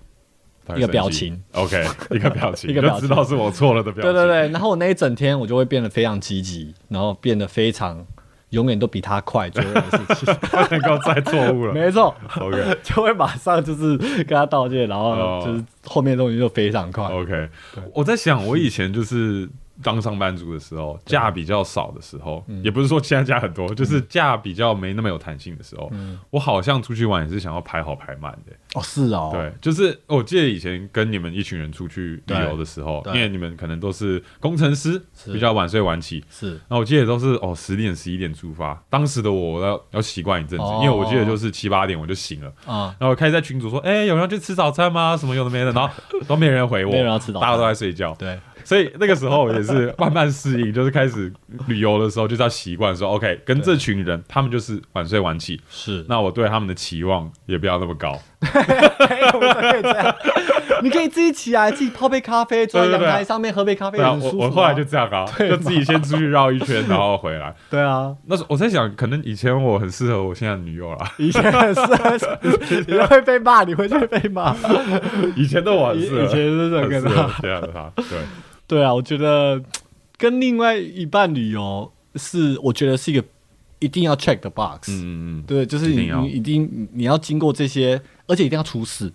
S1: 嗯，
S2: 一个表情
S1: ，OK，一个表情，
S2: 一个表情
S1: 你就知道是我错了的表情，
S2: 对对对，然后我那一整天我就会变得非常积极，然后变得非常永远都比她快做任何事情，
S1: 不能够再错误了
S2: 没错。
S1: ，OK。
S2: 就会马上就是跟她道歉，然后
S1: 哦
S2: 就是后面的东西就非常快。
S1: OK，我在想，我以前就是当上班族的时候，假比较少的时候，
S2: 嗯
S1: 也不是说现在假很多，就是假比较没那么有弹性的时候，
S2: 嗯
S1: 我好像出去玩也是想要排好排满的、
S2: 哦，是哦，
S1: 对，就是我记得以前跟你们一群人出去旅游的时候，
S2: 对
S1: 因
S2: 对
S1: 为你们可能都是工程师，
S2: 是
S1: 比较晚睡晚起。
S2: 是
S1: 那我记得都是哦十点十一点出发，当时的我要要习惯一阵子，
S2: 哦
S1: 因为我记得就是七八点我就醒了，
S2: 啊，
S1: 然后我开始在群组说，哎、有人要去吃早餐吗？什么有的没的，然后都没人回我，
S2: 没有人要吃早餐
S1: 大家都在睡觉。
S2: 对，
S1: 所以那个时候也是慢慢适应，就是开始旅游的时候就是要习惯说，OK，跟这群人他们就是晚睡晚起，
S2: 是。
S1: 那我对他们的期望也不要那么高。
S2: 我们可以这样，你可以自己起来，自己泡杯咖啡，坐在阳台上面喝杯咖啡，
S1: 对啊，
S2: 很
S1: 我
S2: 舒服啊。
S1: 我后来就这样 啊，就自己先出去绕一圈，然后回来。
S2: 对啊，
S1: 那时候我在想，可能以前我很适合我现在的女友啦，
S2: 以前很适合，你会被骂，你会去被骂。
S1: 以前的我很
S2: 以以
S1: 适合，
S2: 前是这
S1: 很
S2: 个
S1: 适
S2: 跟
S1: 合
S2: 他，
S1: 这样的他，对，
S2: 对啊，我觉得跟另外一半旅游是，我觉得是一个一定要 check 的 box。
S1: 嗯嗯
S2: 对，就是你
S1: 一定要
S2: 你一定你要经过这些，而且一定要出事，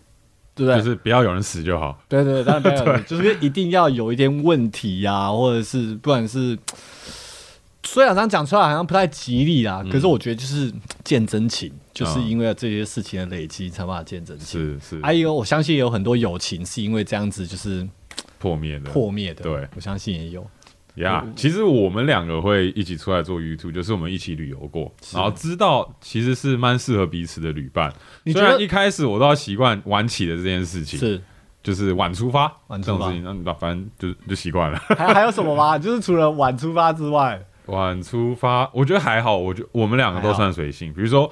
S2: 对不对？
S1: 嗯，就是不要有人死就好。
S2: 对对，当然 没有，就是一定要有一点问题呀、 或者是不然是，虽然这样讲出来好像不太吉利
S1: 嗯
S2: 啊，可是我觉得就是见真情，就是因为这些事情的累积才把它见真情。
S1: 啊是是，
S2: 还有，我相信也有很多友情是因为这样子就是
S1: 破灭的，
S2: 破灭的，
S1: 对
S2: 我相信也有。
S1: 呀、其实我们两个会一起出来做 YouTube，就是我们一起旅游过，然后知道其实是蛮适合彼此的旅伴。
S2: 你
S1: 虽
S2: 觉
S1: 然
S2: 得
S1: 一开始我都要习惯晚起的这件事情，
S2: 是
S1: 就是晚出发
S2: 晚
S1: 这
S2: 出
S1: 种
S2: 发
S1: 事情，那你反正就就习惯了。
S2: 还还有什么吗？就是除了晚出发之外，
S1: 晚出发，我觉得还好，我觉我们两个都算随性。
S2: 嗯
S1: 比如说，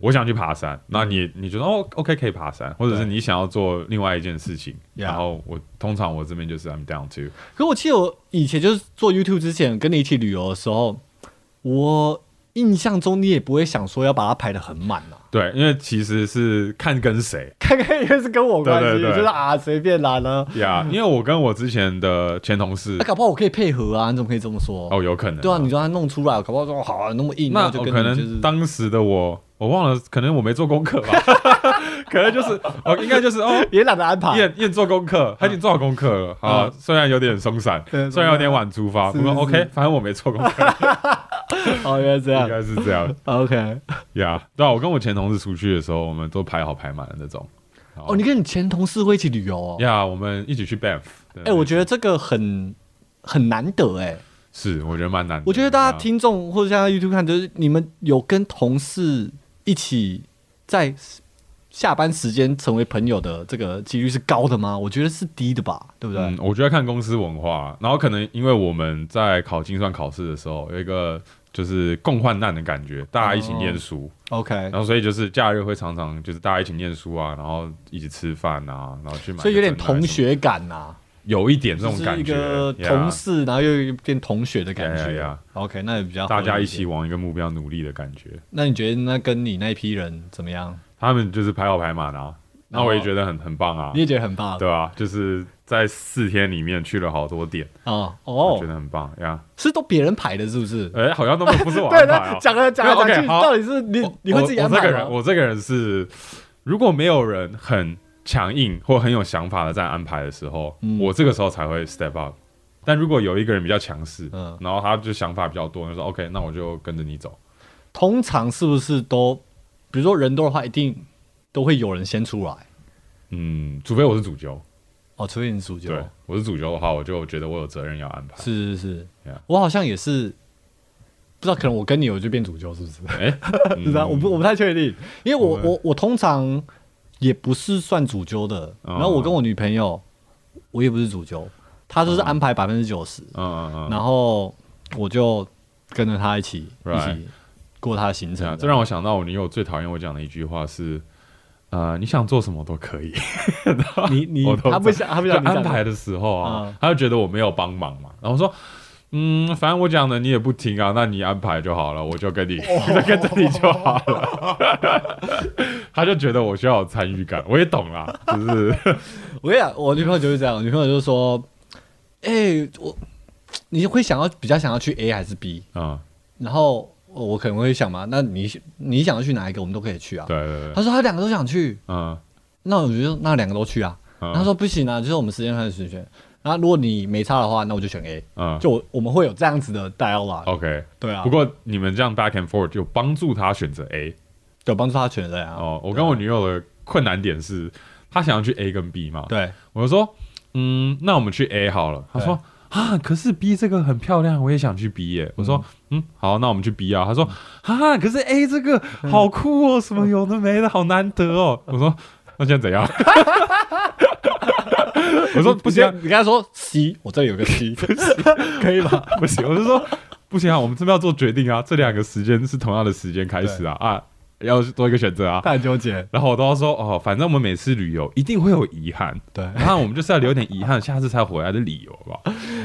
S1: 我想去爬山，那你你觉得哦，OK 可以爬山，或者是
S2: 对
S1: 你想要做另外一件事情，
S2: Yeah
S1: 然后我通常我这边就是 I'm down to，
S2: 可我记得我以前就是做 YouTube 之前跟你一起旅游的时候，我印象中你也不会想说要把它排得很满呐、啊。
S1: 对，因为其实是看跟谁
S2: 看看也是跟我关系，
S1: 对对对
S2: 就是啊随便啦呢。
S1: 呀因为我跟我之前的前同事
S2: 那、搞不好我可以配合啊，你怎么可以这么说？
S1: 哦，有可能
S2: 对啊，你让他弄出来，搞不好说好、啊、那么硬，
S1: 那
S2: 然后就
S1: 我
S2: 跟
S1: 可
S2: 你就是
S1: 能当时的我，我忘了，可能我没做功课吧， 可能就是哦，应该就是哦，
S2: 也懒得安排。
S1: 验验做功课，他已经做好功课了。好，虽然有点松散，
S2: 啊对
S1: 虽然有点晚出发，
S2: 是
S1: 不过
S2: 是啊
S1: OK，反正我没做功 课，
S2: 哦，原来这
S1: 应
S2: 样。
S1: 该是这样
S2: OK。
S1: 呀。对啊，我跟我前同事出去的时候，我们都排好排满的那种。
S2: 哦，你跟你前同事会一起旅游哦。
S1: 呀，我们一起去 Banff。哎
S2: 哎、我觉得这个很很难得哎、
S1: 是，我觉得蛮难的。
S2: 我觉得大家
S1: 呀
S2: 听众或者像在 YouTube 看，就是你们有跟同事一起在下班时间成为朋友的这个几率是高的吗？我觉得是低的吧，对不对？
S1: 嗯，我觉得看公司文化，然后可能因为我们在考精算考试的时候有一个就是共患难的感觉，大家一起念
S2: 哦
S1: 书，
S2: OK，
S1: 然后所以就是假日会常常就是大家一起念书啊，然后一起吃饭啊，然后去买个蒸奶什么的，
S2: 所以有点同学感啊呐、
S1: 有一点这
S2: 就
S1: 种
S2: 是
S1: 感
S2: 一
S1: 觉
S2: 个，
S1: 呀
S2: 同事，然后又变同学的感觉。
S1: 呀呀呀
S2: OK，那也比较合
S1: 大家
S2: 理
S1: 一
S2: 点
S1: 起。往一个目标努力的感觉。
S2: 那你觉得那跟你那一批人怎么样？
S1: 他们就是排好排满啊，那我也觉得很很棒啊
S2: 你，也觉得很棒
S1: 对啊，就是在四天里面去了好多点，
S2: 啊？
S1: 我
S2: 哦
S1: 觉，得很棒呀。
S2: 是都别人排的，是不是？
S1: 哎，好像都不不是我安
S2: 对
S1: 排
S2: 对
S1: 啊，。
S2: 讲了讲了
S1: 没有
S2: 讲
S1: OK，
S2: 去，
S1: 好
S2: 到底是你 你会自己
S1: 我
S2: 安
S1: 我这
S2: 排
S1: 个
S2: 吗
S1: 人，？我这个人是，如果没有人很强硬或很有想法的在安排的时候，
S2: 嗯
S1: 我这个时候才会 step up。但如果有一个人比较强势，
S2: 嗯
S1: 然后他就想法比较多，就说 OK，那我就跟着你走。
S2: 通常是不是都，比如说人多的话，一定都会有人先出来
S1: 嗯，除非我是主揪，
S2: 哦，除非你主角。
S1: 对，我是主揪的话，我就觉得我有责任要 安排。
S2: 是是是
S1: Yeah
S2: 我好像也是，不知道可能我跟你我就变主角是不是？
S1: 哎，嗯
S2: 是啊，我不我不太确定，因为我
S1: 我们
S2: 我我通常也不是算主揪的，
S1: 哦
S2: 然后我跟我女朋友，我也不是主揪，她
S1: 哦
S2: 就是安排百分之九十，
S1: 嗯嗯嗯，
S2: 然后我就跟着她一起
S1: Right
S2: 一起过她的行
S1: 这
S2: 程
S1: 样，，啊这让我想到我女友最讨厌我讲的一句话是。呃，你想做什么都可以。
S2: 你你
S1: 我都
S2: 她不想她不
S1: 就
S2: 想你
S1: 安
S2: 讲
S1: 排的时候啊
S2: 嗯，
S1: 她就觉得我没有帮忙嘛，然后说，嗯，反正我讲的你也不听啊，那你安排就好了，我就跟你，
S2: 哦
S1: 就跟着你就好了。 她就觉得我需要有参与感，我也懂啦，就是
S2: 我跟你讲，我女朋友就是这样，我女朋友就说：“哎、我你会想要比较想要去 A 还是 B？”
S1: 嗯，
S2: 然后我我可能会想嘛，那你你想要去哪一个，我们都可以去啊。
S1: 对对对，
S2: 她说她两个都想去，
S1: 嗯，
S2: 那我就那两个都去啊。
S1: 嗯
S2: 她说不行啊，就是我们时间开始选。然后如果你没差的话，那我就选 A。
S1: 嗯
S2: 就我我们会有这样子的 dialog，、
S1: ，OK。
S2: 对啊。
S1: 不过你们这样 back and forth 就帮助她选择 A
S2: 有帮助她选的啊。
S1: 哦。我跟我女友的困难点是，她想要去 A 跟 B 嘛，
S2: 对，
S1: 我就说，嗯，那我们去 A 好了。他说啊，可是 B 这个很漂亮，我也想去 B 耶、我说，嗯，好，那我们去 B 啊。他说啊，可是 A 这个好酷哦，什么有的没的，好难得哦。我说那现在怎样？ 我 说不
S2: 不行
S1: 行啊，，
S2: 你跟她说 C，我这里有 个 C，可以吧？
S1: 不行，我就说不行啊，我们这边要做决定啊，这两个时间是同样的时间开始啊啊，要做一个选择啊。
S2: 她很纠结。
S1: 然后我都要说哦，反正我们每次旅游一定会有遗憾，
S2: 对，
S1: 然后我们就是要留点遗憾，下次才回来的理由 吧。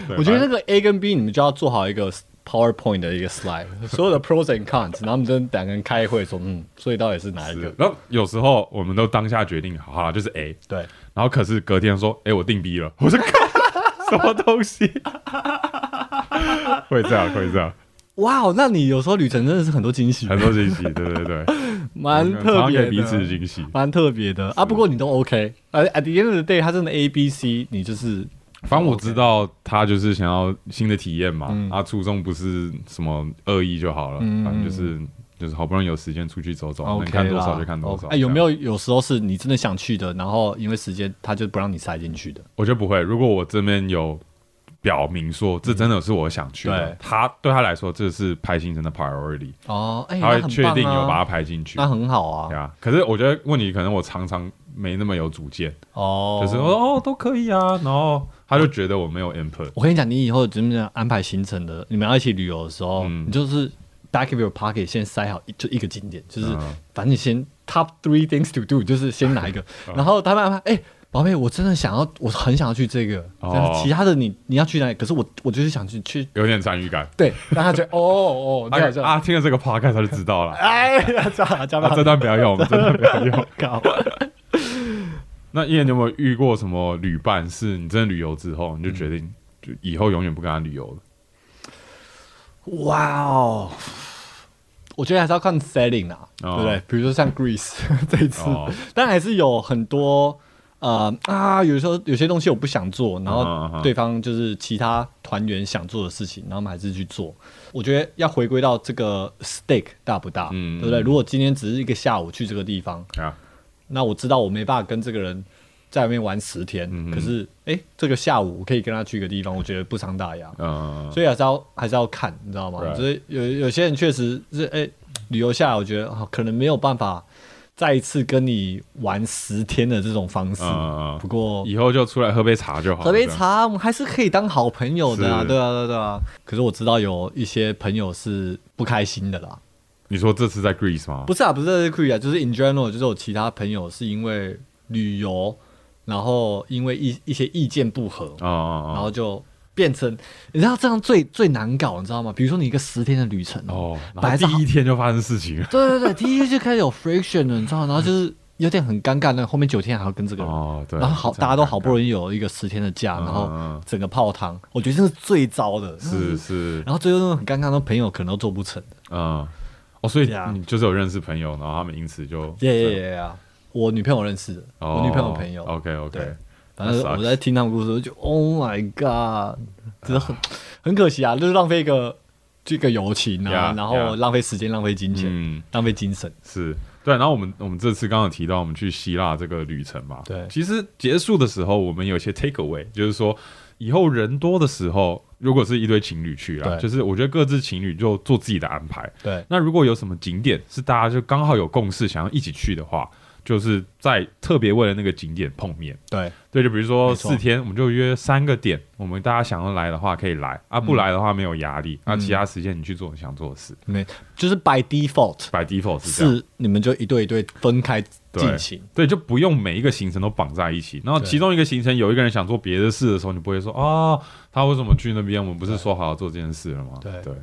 S1: 对
S2: 我觉得那个 A 跟 B 你们就要做好一个 PowerPoint 的一个 slide，所有的 pros and cons，然后你们两个人开会说，嗯，所以到底是哪一个
S1: 是？然后有时候我们都当下决定，好了，就是 A，
S2: 对，
S1: 然后可是隔天说，哎，我定 B 了，我 说什么东西？ 会这样，会这样，
S2: 哇哦，那你有时候旅程真的是很多惊喜，
S1: 很多惊喜，对对对，
S2: 蛮特
S1: 常常
S2: 别
S1: 给
S2: 的，
S1: 彼此惊喜
S2: 蛮特别的啊。不过你都 OK，呃，at the end of the day，他真的 A B C，你就是
S1: 反正我知道他就是想要新的体验嘛，
S2: 嗯
S1: 他初衷不是什么恶意就好了，
S2: 嗯
S1: 反正就是就是好不容易有时间出去走走，哦能
S2: OK
S1: 看多
S2: 啦
S1: 少就看多
S2: OK
S1: 少。
S2: 哎，有没
S1: 有？
S2: 有有时候是你真的想去的，然后因为时间他就不让你塞进去的？
S1: 我觉得不会，如果我这边有表明说这真的是我想去的。
S2: 对
S1: 他对他来说，这是排行程的 priority，、
S2: 哦，哎、
S1: 他
S2: 那
S1: 会
S2: 很
S1: 确定
S2: 棒啊
S1: 有把它排进去。
S2: 那很好
S1: 对
S2: 啊。
S1: 啊，可是我觉得问题可能我常常没那么有主见，
S2: 哦，
S1: 就是哦都可以啊，然后他就觉得我没有 input，
S2: 我跟你讲，你以后怎么样安排行程的？你们要一起旅游的时候，
S1: 嗯
S2: 你就是 back of your pocket 先塞好一就一个景点，就是
S1: 嗯
S2: 反正你先 top three things to do，就是先哪一 个，
S1: 嗯
S2: 然后他们安排，哎、宝贝，我真的想要，我很想要去这个，
S1: 哦
S2: 但是其他的你你要去哪里？可是我我就是想去去，
S1: 有点参与感。
S2: 对，让他觉得 哦哦，
S1: 啊
S2: 你好像，
S1: 啊，听了这个 podcast 他就知 道了。啊
S2: 哎呀，这样这
S1: 啊，这
S2: 样
S1: 段不要 用，这段不要用。
S2: 搞，
S1: 那依然有没有遇过什么旅伴，是你真的旅游之后，你就决
S2: 嗯
S1: 定就以后永远不跟他旅游了？
S2: 哇哦。我觉得还是要看 setting 啊，
S1: 哦
S2: 对不对？比如说像 Greece 这一次，
S1: 哦
S2: 但还是有很多呃啊，有时候有些东西我不想做，然
S1: 嗯嗯
S2: 后
S1: 嗯
S2: 对方就是其他团员想做的事情，然后我们还是去做。我觉得要回归到这个 stake 大不大，
S1: 嗯
S2: 对不对？
S1: 嗯
S2: 如果今天只是一个下午去这个地方，
S1: 啊，
S2: 那我知道我没办法跟这个人在外面玩十天，
S1: 嗯嗯
S2: 可是诶，这个下午我可以跟他去一个地方，我觉得不伤大雅。
S1: 嗯，
S2: 所以还是要还是要看，你知道吗
S1: Right
S2: 就是有有些人确实是哎、旅游下来，我觉得、啊可能没有办法再一次跟你玩十天的这种方式。
S1: 嗯嗯嗯
S2: 不过
S1: 以后就出来喝杯茶就好了。
S2: 喝杯茶，我们还是可以当好朋友的啊，
S1: 是
S2: 对啊，对啊，对啊。可是我知道有一些朋友是不开心的啦，
S1: 你说这次在 Greece 吗？
S2: 不是啊，不是在 c r 啊，就是 in general，就是有其他朋友是因为旅游，然后因为一一些意见不合，
S1: 哦
S2: 然后
S1: 哦
S2: 就变成，你知道这样最最难搞，你知道吗？比如说你一个十天的旅程
S1: 哦，哦，然
S2: 本
S1: 后
S2: 来是
S1: 第一天就发生事情了。
S2: 对对对，第一天就开始有 friction 了，你知道吗，然后就是有点很尴尬，那后面九天还要跟这个人，
S1: 哦，对，
S2: 然后好
S1: 这样
S2: 大家都好
S1: 尴尬
S2: 不容易有一个十天的假，
S1: 嗯
S2: 然后整个泡汤，我觉得这是最糟的，
S1: 是是，
S2: 嗯然后最后那种很尴尬，那朋友可能都做不成的，
S1: 嗯，哦，所以
S2: Yeah
S1: 你就是有认识朋友，然后他们因此就
S2: 啊耶耶耶耶！我女朋友认识的，
S1: 哦
S2: 我女朋友朋友，
S1: OK
S2: 对
S1: OK，
S2: 反正
S1: That sucks
S2: 我在听他们故事，我就 Oh my God，真的很很可惜啊，就是浪费一个这个友情啊，
S1: Yeah，
S2: 然后
S1: yeah
S2: 浪费时间，浪费金钱，
S1: 嗯。
S2: 浪费精神，
S1: 是对，然后我们我们这次刚刚有提到我们去希腊这个旅程嘛，
S2: 对
S1: 其实结束的时候我们有一些 take away，就是说以后人多的时候，如果是一堆情侣去啦，
S2: 对
S1: 就是我觉得各自情侣就做自己的安排。
S2: 对
S1: 那如果有什么景点是大家就刚好有共识想要一起去的话，就是在特别为了那个景点碰面。
S2: 对
S1: 对，就比如说
S2: 没错
S1: 四天，我们就约三个点，我们大家想要来的话可以来，
S2: 嗯
S1: 啊不来的话没有压力，啊其他时间你去做你想做的事。
S2: 没就是 by default。
S1: by default 是这样。
S2: 是你们就一对一对分开进
S1: 对
S2: 行。
S1: 对，就不用每一个行程都绑在一起。然后
S2: 对
S1: 其中一个行程有一个人想做别的事的时候，你不会说啊、他为什么去那边？我们不是说好要做这件事了吗？
S2: 对
S1: 对，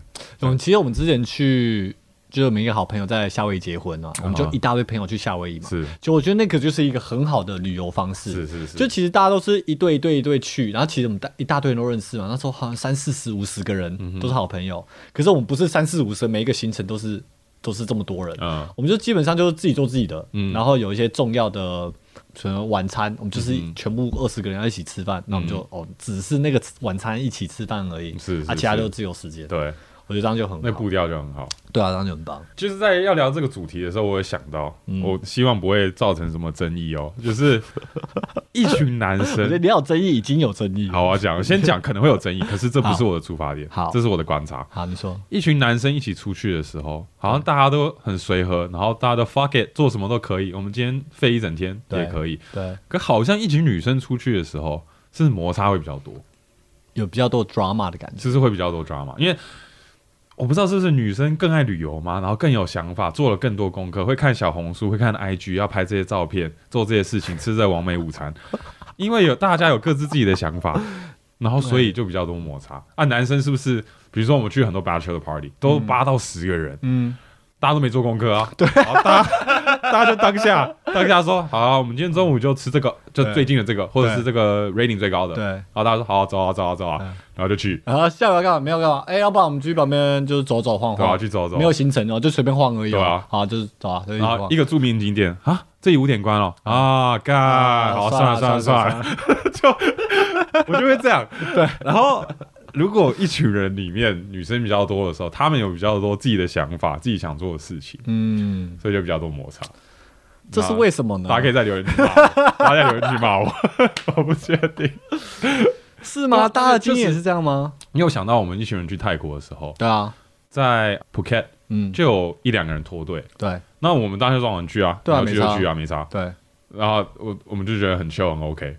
S2: 我们其实我们之前去，就是我们一个好朋友在夏威夷结婚啊，我
S1: 嗯
S2: 们就一大堆朋友去夏威夷嘛。
S1: 是
S2: 就我觉得那个就是一个很好的旅游方式。
S1: 是是是
S2: 就其实大家都是一对一对一对去，然后其实我们大一大堆人都认识嘛，那时候好像三四十、五十个
S1: 嗯
S2: 人都是好朋友。可是我们不是三四五十，每一个行程都是都是这么多人。
S1: 嗯
S2: 我们就基本上就是自己做自己的，
S1: 嗯
S2: 然后有一些重要的什么晚餐，我们就是
S1: 嗯
S2: 全部二十个人要一起吃饭，那、我们就哦，只是那个晚餐一起吃饭而已，
S1: 是是
S2: 啊，其他
S1: 是
S2: 都是自由时间，，
S1: 对，
S2: 我觉得这样就很
S1: 那
S2: 好，
S1: 步调就很好。
S2: 对啊，这样就很棒，
S1: 就是在要聊这个主题的时候，我有想到，
S2: 嗯
S1: 我希望不会造成什么争议哦。 就是一群男
S2: 我觉得
S1: 生，
S2: 你要有争议已经有争议，
S1: 好，我要讲，先讲可能会有争议，可是这不是
S2: 好
S1: 我的出发点，
S2: 好
S1: 这是我的观察。
S2: 好，你说，
S1: 一群男生一起出去的时候，好像大家都很随和，然后大家都 fuck it，做什么都可以。我们今天废一整天
S2: 对
S1: 也可以，
S2: 对，
S1: 可好像一群女生出去的时候，是摩擦会比较多，
S2: 有比较多 drama 的感觉，
S1: 就是会比较多 drama，因为。我不知道是不是女生更爱旅游嘛，然后更有想法，做了更多功课，会看小红书，会看 IG，要拍这些照片，做这些事情，吃这完美午餐， 因为有大家有各自自己的想法，然后所以就比较多摩擦啊。男生是不是？比如说我们去很多 bachelor party，都八到十个人，
S2: 嗯，
S1: 大家都没做功课 啊，对，然后大家大家就当下 当下说好、啊，我们今天中午就吃这个，就
S2: 对
S1: 最近的这个，或者是这个 rating 最高的，
S2: 对嗯
S1: 然后大家说好、走啊走啊走啊，然后就去，
S2: 然后下午要干嘛？没有干嘛？哎，要不然我们去旁边就是走走晃
S1: 对
S2: 晃，
S1: 啊去走走
S2: 没有行程哦，就随便晃而已、哦，
S1: 对啊
S2: 好，就是走啊，就是
S1: 然后
S2: 晃
S1: 一个著名景点啊，这里五点关了啊，干，好算了算了算了，，我就会这样， 对，然后。如果一群人里面女生比较多的时候，她们有比较多自己的想法、自己想做的事情，
S2: 嗯。
S1: 所以就比较多摩擦。
S2: 这是
S1: 嗯
S2: 为什么 呢？
S1: 大家可以在留言区骂我，大家在留言区骂我，我不确定。
S2: 是吗？
S1: 对啊
S2: 大家的经
S1: 就
S2: 验
S1: 是
S2: 也是这样吗？
S1: 你有想到我们一群人去泰国的时候，
S2: 对啊，
S1: 在 Phuket
S2: 嗯，
S1: 就有一两个人脱队，
S2: 对
S1: 那我们当时撞完去啊，
S2: 对啊
S1: 然后去就
S2: 没差
S1: 去啊，没差。
S2: 对，
S1: 然后我我们就觉得很 chill 很 OK，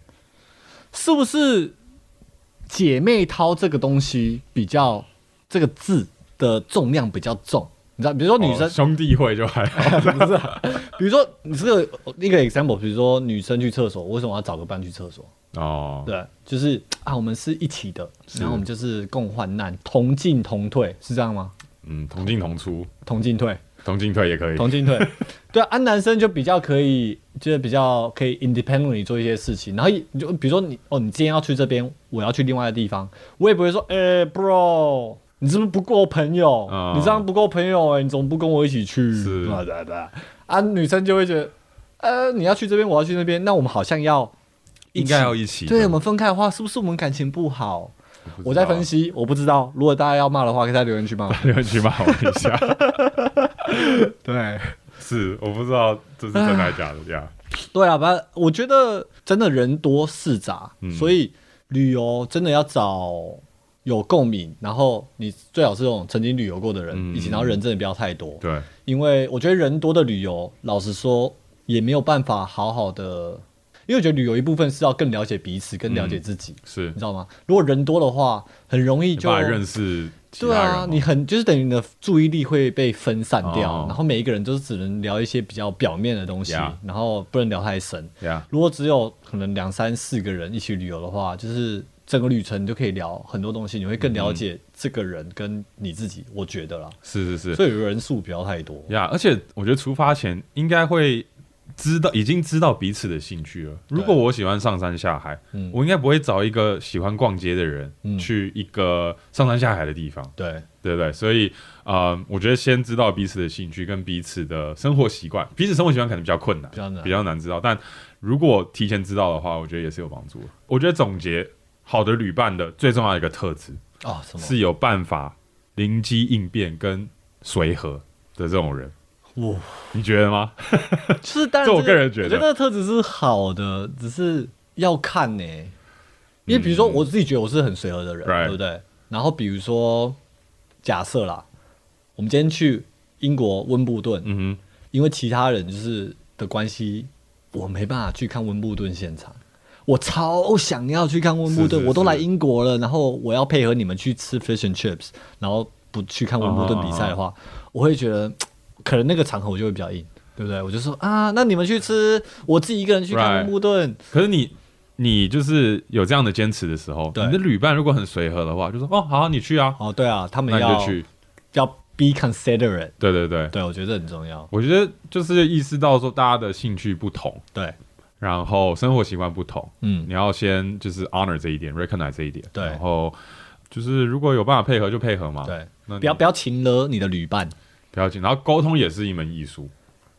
S2: 是不是姐妹掏这个东西比较这个字的重量比较重？你知道，比如说女生
S1: 哦、兄弟会就还 好，
S2: 不是啊，比如说你这个一个 example，比如说女生去厕所，为什么要找个伴去厕所？
S1: 哦，
S2: 对，就是啊，我们是一起的，然后我们就是共患难，同进同退，是这样吗？
S1: 嗯，同进同出，
S2: 同进退，
S1: 同进退也可以，
S2: 同进 退，对啊，啊，男生就比较可以，就是比较可以 independently 做一些事情，然后你就比如说你哦，你今天要去这边，我要去另外的地方，我也不会说，哎、b r o 你是不是不够朋友？
S1: 嗯
S2: 你这样不够朋友哎、你怎么不跟我一起去？
S1: 是
S2: 对啊对啊对啊，啊，女生就会觉得，呃，你要去这边，我要去那边，那我们好像要
S1: 应该要一起。
S2: 对我们分开的话，是不是我们感情不好？
S1: 不知道
S2: 我在分，析，我不知道。如果大家要骂的话，可以在留言区骂我。
S1: 你们去骂我一下。
S2: 对，
S1: 是，我不知道这是真的还是假的呀。
S2: 对啊，反正我觉得真的人多事杂，
S1: 嗯
S2: 所以旅游真的要找有共鸣，然后你最好是这种曾经旅游过的人
S1: 嗯
S2: 一起，然后人真的不要太 多，
S1: 对，
S2: 因为我觉得人多的旅游，老实说也没有办法好好的，因为我觉得旅游一部分是要更了解彼此，更了
S1: 嗯
S2: 解自己，
S1: 是
S2: 你知道吗？如果人多的话，很容易
S1: 你
S2: 就
S1: 把认识其
S2: 对
S1: 他人
S2: 啊
S1: 嘛，，
S2: 你很就是等于你的注意力会被分散掉，
S1: 哦
S2: 然后每一个人都是只能聊一些比较表面的东西
S1: Yeah
S2: 然后不能聊太深。
S1: 呀，
S2: 如果只有可能两三四个人一起旅游的话，就是整个旅程就可以聊很多东西，你会更了解这个人跟你自己，我觉得啦。
S1: 是是是
S2: 所以人数不要太多。
S1: 呀，而且我觉得出发前应该会知道，已经知道彼此的兴趣了。如果我喜欢上山下海
S2: 嗯，
S1: 我应该不会找一个喜欢逛街的人
S2: 嗯
S1: 去一个上山下海的地方，
S2: 对，
S1: 对不对？所以，呃，我觉得先知道彼此的兴趣跟彼此的生活习惯，彼此生活习惯可能比较困难，
S2: 比较难
S1: 比较难知道。但如果提前知道的话，我觉得也是有帮助的。我觉得总结好的旅伴的最重要的一个特质
S2: 啊、什么？
S1: 是有办法灵机应变跟随和的这种人，
S2: 哇，
S1: 你觉得 吗？
S2: 就是当
S1: 这
S2: 然这
S1: 我个人觉得
S2: 我觉得特质是好的，只是要看呢、因为比如说我自己觉得我是很随和的人，
S1: 嗯 Right
S2: 对不对？然后比如说假设啦，我们今天去英国温布顿，
S1: 嗯
S2: 因为其他人就是的关系，我没办法去看温布顿现场。我超想要去看温布
S1: 是
S2: 顿，
S1: 是
S2: 我都
S1: 是
S2: 来英国了，然后我要配合你们 去吃 fish and chips，然后不去看温布顿比赛的话，
S1: 啊
S2: 我会觉得可能那个场合我就会比较硬，对不对？我就说啊，那你们去吃，我自己一个人去看
S1: Right
S2: 温布顿
S1: 哼，可是你。你就是有这样的坚持的时候，
S2: 对
S1: 你的旅伴如果很随和的话，就说哦好，你去啊，
S2: 哦，对啊，他们
S1: 那你
S2: 要
S1: 就去。
S2: 要 be considerate，
S1: 对对对，
S2: 对我觉得很重要，
S1: 我觉得就是意识到说大家的兴趣不同，
S2: 对，
S1: 然后生活习惯不同，
S2: 嗯
S1: 你要先就是 honor 这一点，recognize 这一点，
S2: 对
S1: 然后就是如果有办法配合就配合嘛，
S2: 对，
S1: 那你
S2: 不要不要擒了你的旅伴，
S1: 不要紧，然后沟通也是一门艺术，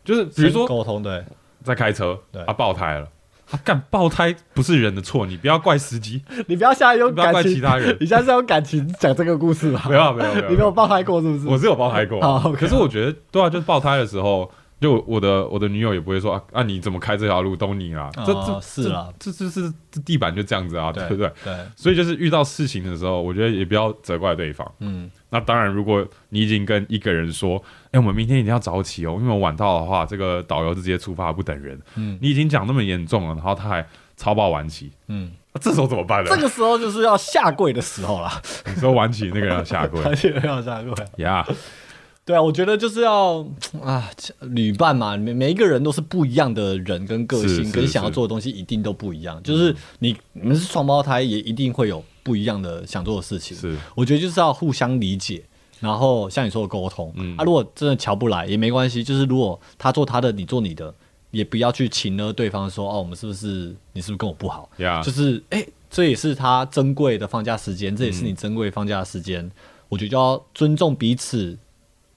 S1: 就是比如说
S2: 沟通，对，
S1: 在开车
S2: 对，
S1: 啊爆胎了，啊干爆胎不是人的错，你不要怪司机，
S2: 你不要现在 用
S1: 你不要怪
S2: 感情，
S1: 其他人
S2: 你现在是用感情讲这个故事吧？
S1: 没有啊没有没有
S2: 你没有爆胎过是不是？
S1: 我是有爆 胎过，
S2: 好，OK
S1: 可是我觉得对啊，就是爆胎的时候。就我的我的女友也不会说啊啊你怎么开这条路都你啊，
S2: 哦
S1: 这这
S2: 是啊
S1: 这这这这地板就这样子啊，对不对
S2: 对？对，
S1: 所以就是遇到事情的时候，我觉得也不要责怪对方。
S2: 嗯，
S1: 那当然，如果你已经跟一个人说，哎、我们明天一定要早起哦，因为我晚到的话，这个导游就直接出发不等人。
S2: 嗯
S1: 你已经讲那么严重了，然后他还超爆晚起，
S2: 嗯，
S1: 啊这时候怎么办呢
S2: 这？个时候就是要下跪的时候啦，
S1: 你说晚起那个人要下 跪
S2: 而且要下跪。
S1: 呀
S2: 对啊，我觉得就是要啊，旅伴嘛，每每一个人都是不一样的人跟个
S1: 是嗯
S2: 性，
S1: 是
S2: 跟想要
S1: 是
S2: 做的东西一定都不一样。就是你你们是双胞胎，也一定会有不一样的想做的事情。
S1: 是，
S2: 我觉得就是要互相理解，然后像你说的沟通。
S1: 嗯
S2: 啊，如果真的瞧不来也没关系，就是如果他做他的，你做你的，也不要去请了对方说哦，我们是不是你是不是跟我不好？
S1: 呀
S2: 就，是哎、这也是他珍贵的放假时间，这也
S1: 嗯
S2: 是你珍贵的放假的时间。我觉得就要尊重彼此，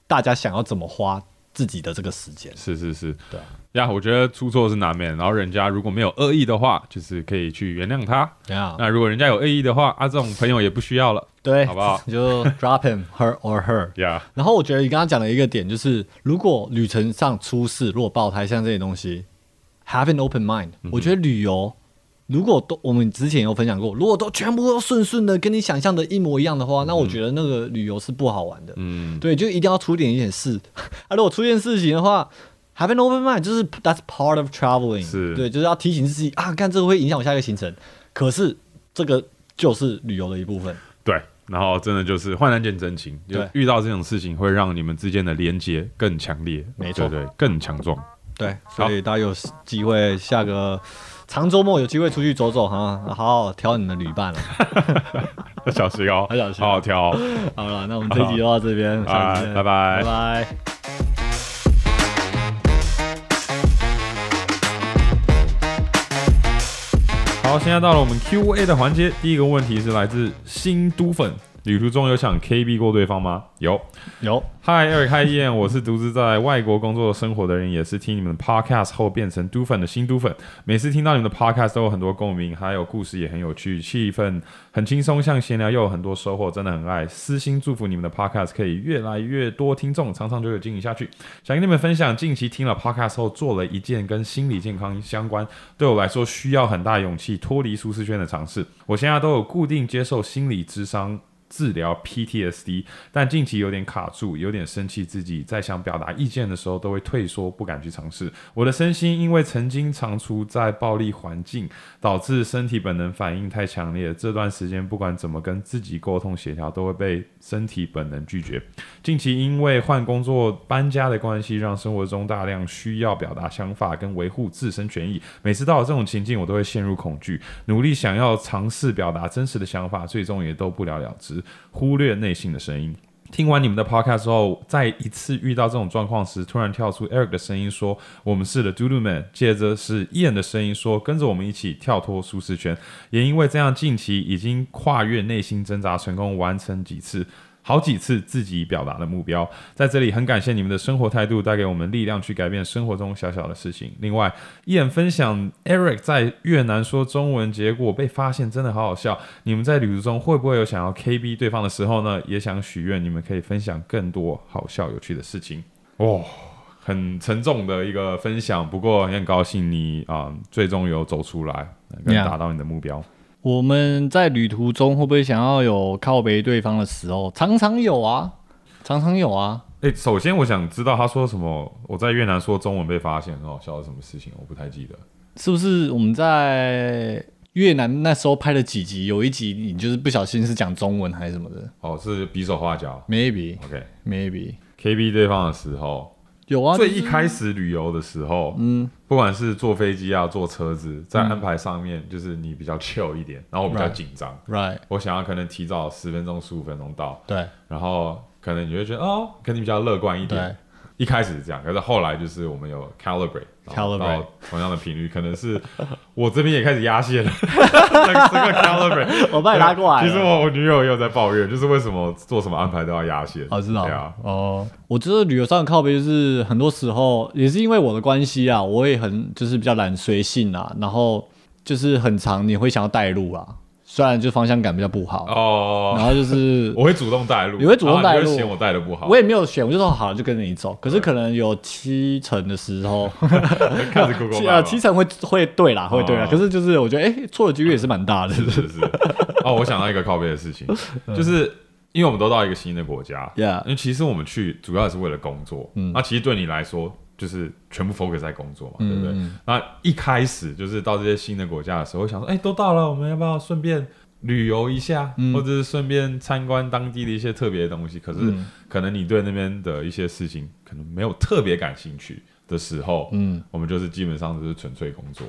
S2: 大家想要怎么花自己的这个时间。
S1: 是是是
S2: 对啊，
S1: 呀，我觉得出错是难免，然后人家如果没有恶意的话，就是可以去原谅他。
S2: 对啊，
S1: 那如果人家有恶意的话，啊，这种朋友也不需要了
S2: 对，
S1: 好不好
S2: 你 就 drop him her or her。
S1: 呀。
S2: 然后我觉得你刚刚讲的一个点就是，如果旅程上出事，如果爆胎像这些东西，have an open mind、我觉得旅游如果都我们之前有分享过，如果都全部都顺顺的，跟你想象的一模一样的话，那我觉得那个旅游是不好玩的。
S1: 嗯，
S2: 对，就一定要出点一点事。 啊，如果出现事情的话，have an open mind，就是 that's part of traveling，
S1: 是
S2: 对，就是要提醒自己啊，干这个会影响我下一个行程。可是这个就是旅游的一部分。
S1: 对，然后真的就是患难见真情，就
S2: 对
S1: 遇到这种事情会让你们之间的连接更强烈，
S2: 没错
S1: 对对，更强壮。
S2: 对，所以大家有机会下个呃长周末有机会出去走走哈，好好挑你的旅 伴了。
S1: 小石膏，
S2: 小石膏
S1: 好好挑哦。
S2: 好了，那我们这集就到 这边，下次见
S1: 拜拜
S2: 拜拜。
S1: 好，现在到了我们 Q&A 的环节。第一个问题是来自新都粉，旅途中有想 KB 过对方吗？有。
S2: 有，
S1: 嗨，二嗨燕，我是独自在外国工作生活的人，也是听你们的 podcast 后变成都粉的新都粉。每次听到你们的 podcast 都有很多共鸣，还有故事也很有趣，气氛很轻松，像闲聊又有很多收获，真的很爱。私心祝福你们的 podcast 可以越来越多听众，长长久久经营下去。想跟你们分享，近期听了 podcast 后做了一件跟心理健康相关，对我来说需要很大勇气脱离舒适圈的尝试。我现在都有固定接受心理智商。治疗 PTSD，但近期有点卡住，有点生气自己，在想表达意见的时候都会退缩，不敢去尝试。我的身心因为曾经常处在暴力环境，导致身体本能反应太强烈。这段时间不管怎么跟自己沟通协调，都会被身体本能拒绝。近期因为换工作、搬家的关系，让生活中大量需要表达想法跟维护自身权益。每次到了这种情境，我都会陷入恐惧，努力想要尝试表达真实的想法，最终也都不了了之，忽略内心的声音。听完你们的 podcast 之后，再一次遇到这种状况时，突然跳出 Eric 的声音说：“我们是 The Do Do Man。”接着是 Ian 的声音说：“跟着我们一起跳脱舒适圈。”也因为这样，近期已经跨越内心挣扎，成功完成几次。好几次自己表达的目标，在这里很感谢你们的生活态度，带给我们力量去改变生活中小小的事情。另外，一眼分享 Eric 在越南说中文，结果被发现，真的好好笑。你们在旅途中会不会有想要 KB 对方的时候呢？也想许愿，你们可以分享更多好笑有趣的事情。哦，很沉重的一个分享，不过也很高兴你啊、最终有走出来，能够
S2: Yeah
S1: 达到你的目标。
S2: 我们在旅途中会不会想要有靠背对方的时候？常常有啊，常常有啊。
S1: 诶，首先我想知道他说什么。我在越南说中文被发现很好笑是什么事情，我不太记得。
S2: 是不是我们在越南那时候拍了几集？有一集你就是不小心是讲中文还是什么的
S1: 哦，是比手画脚。
S2: ？Maybe
S1: OK，KB、
S2: maybe
S1: 对方的时候，
S2: 有啊，
S1: 最一开始旅游的时候，嗯，不管是坐飞机啊，坐车子，在安排上面，就是你比较 chill 一点，然后我比较
S2: Right
S1: 紧张，
S2: right
S1: 我想要可能提早十分钟、十五分钟到，
S2: 对
S1: 然后可能你会觉得哦，可能你比较乐观一点
S2: 对。
S1: 一开始是这样，可是后来就是我们有 calibrate，然后
S2: Calibrate
S1: 到同样的频率，可能是 我这边也开始压线了， 这个这个 calibrate，
S2: 我把你拉过来了
S1: 其实我我女友也有在抱怨，就是为什么做什么安排都要压线。
S2: 哦，知道
S1: 对啊，
S2: 哦。我觉得旅游上的靠背就是很多时候也是因为我的关系啊，我也很就是比较懒随性啊，然后就是很长你会想要带路啊，虽然就方向感比较不好，
S1: 哦，
S2: 然后就是
S1: 我会主动带路，
S2: 你会主动带路
S1: 然后你会嫌我带的不好，
S2: 我也没有选，我就说好就跟着你走。可是可能有七成的 时候，
S1: 看 着 Google
S2: 七
S1: Map
S2: 啊七成会会对啦，会对啦。
S1: 哦
S2: 可是就是我觉得，哎、错的几率也是蛮大的。
S1: 是是是。哦，我想到一个靠背的事 情，就是因为我们都到一个新的国家
S2: Yeah
S1: 啊因为其实我们去主要也是为了工作，嗯，那其实对你来说就是全部 focus 在工作嘛，对
S2: 嗯
S1: 不对？那一开始就是到这些新的国家的时候，我想说，哎、都到了，我们要不要顺便？旅游一下，
S2: 嗯
S1: 或者是顺便参观当地的一些特别的东西。可是，
S2: 嗯
S1: 可能你对那边的一些事情可能没有特别感兴趣的时候，嗯，我们就是基本上就是纯粹工作。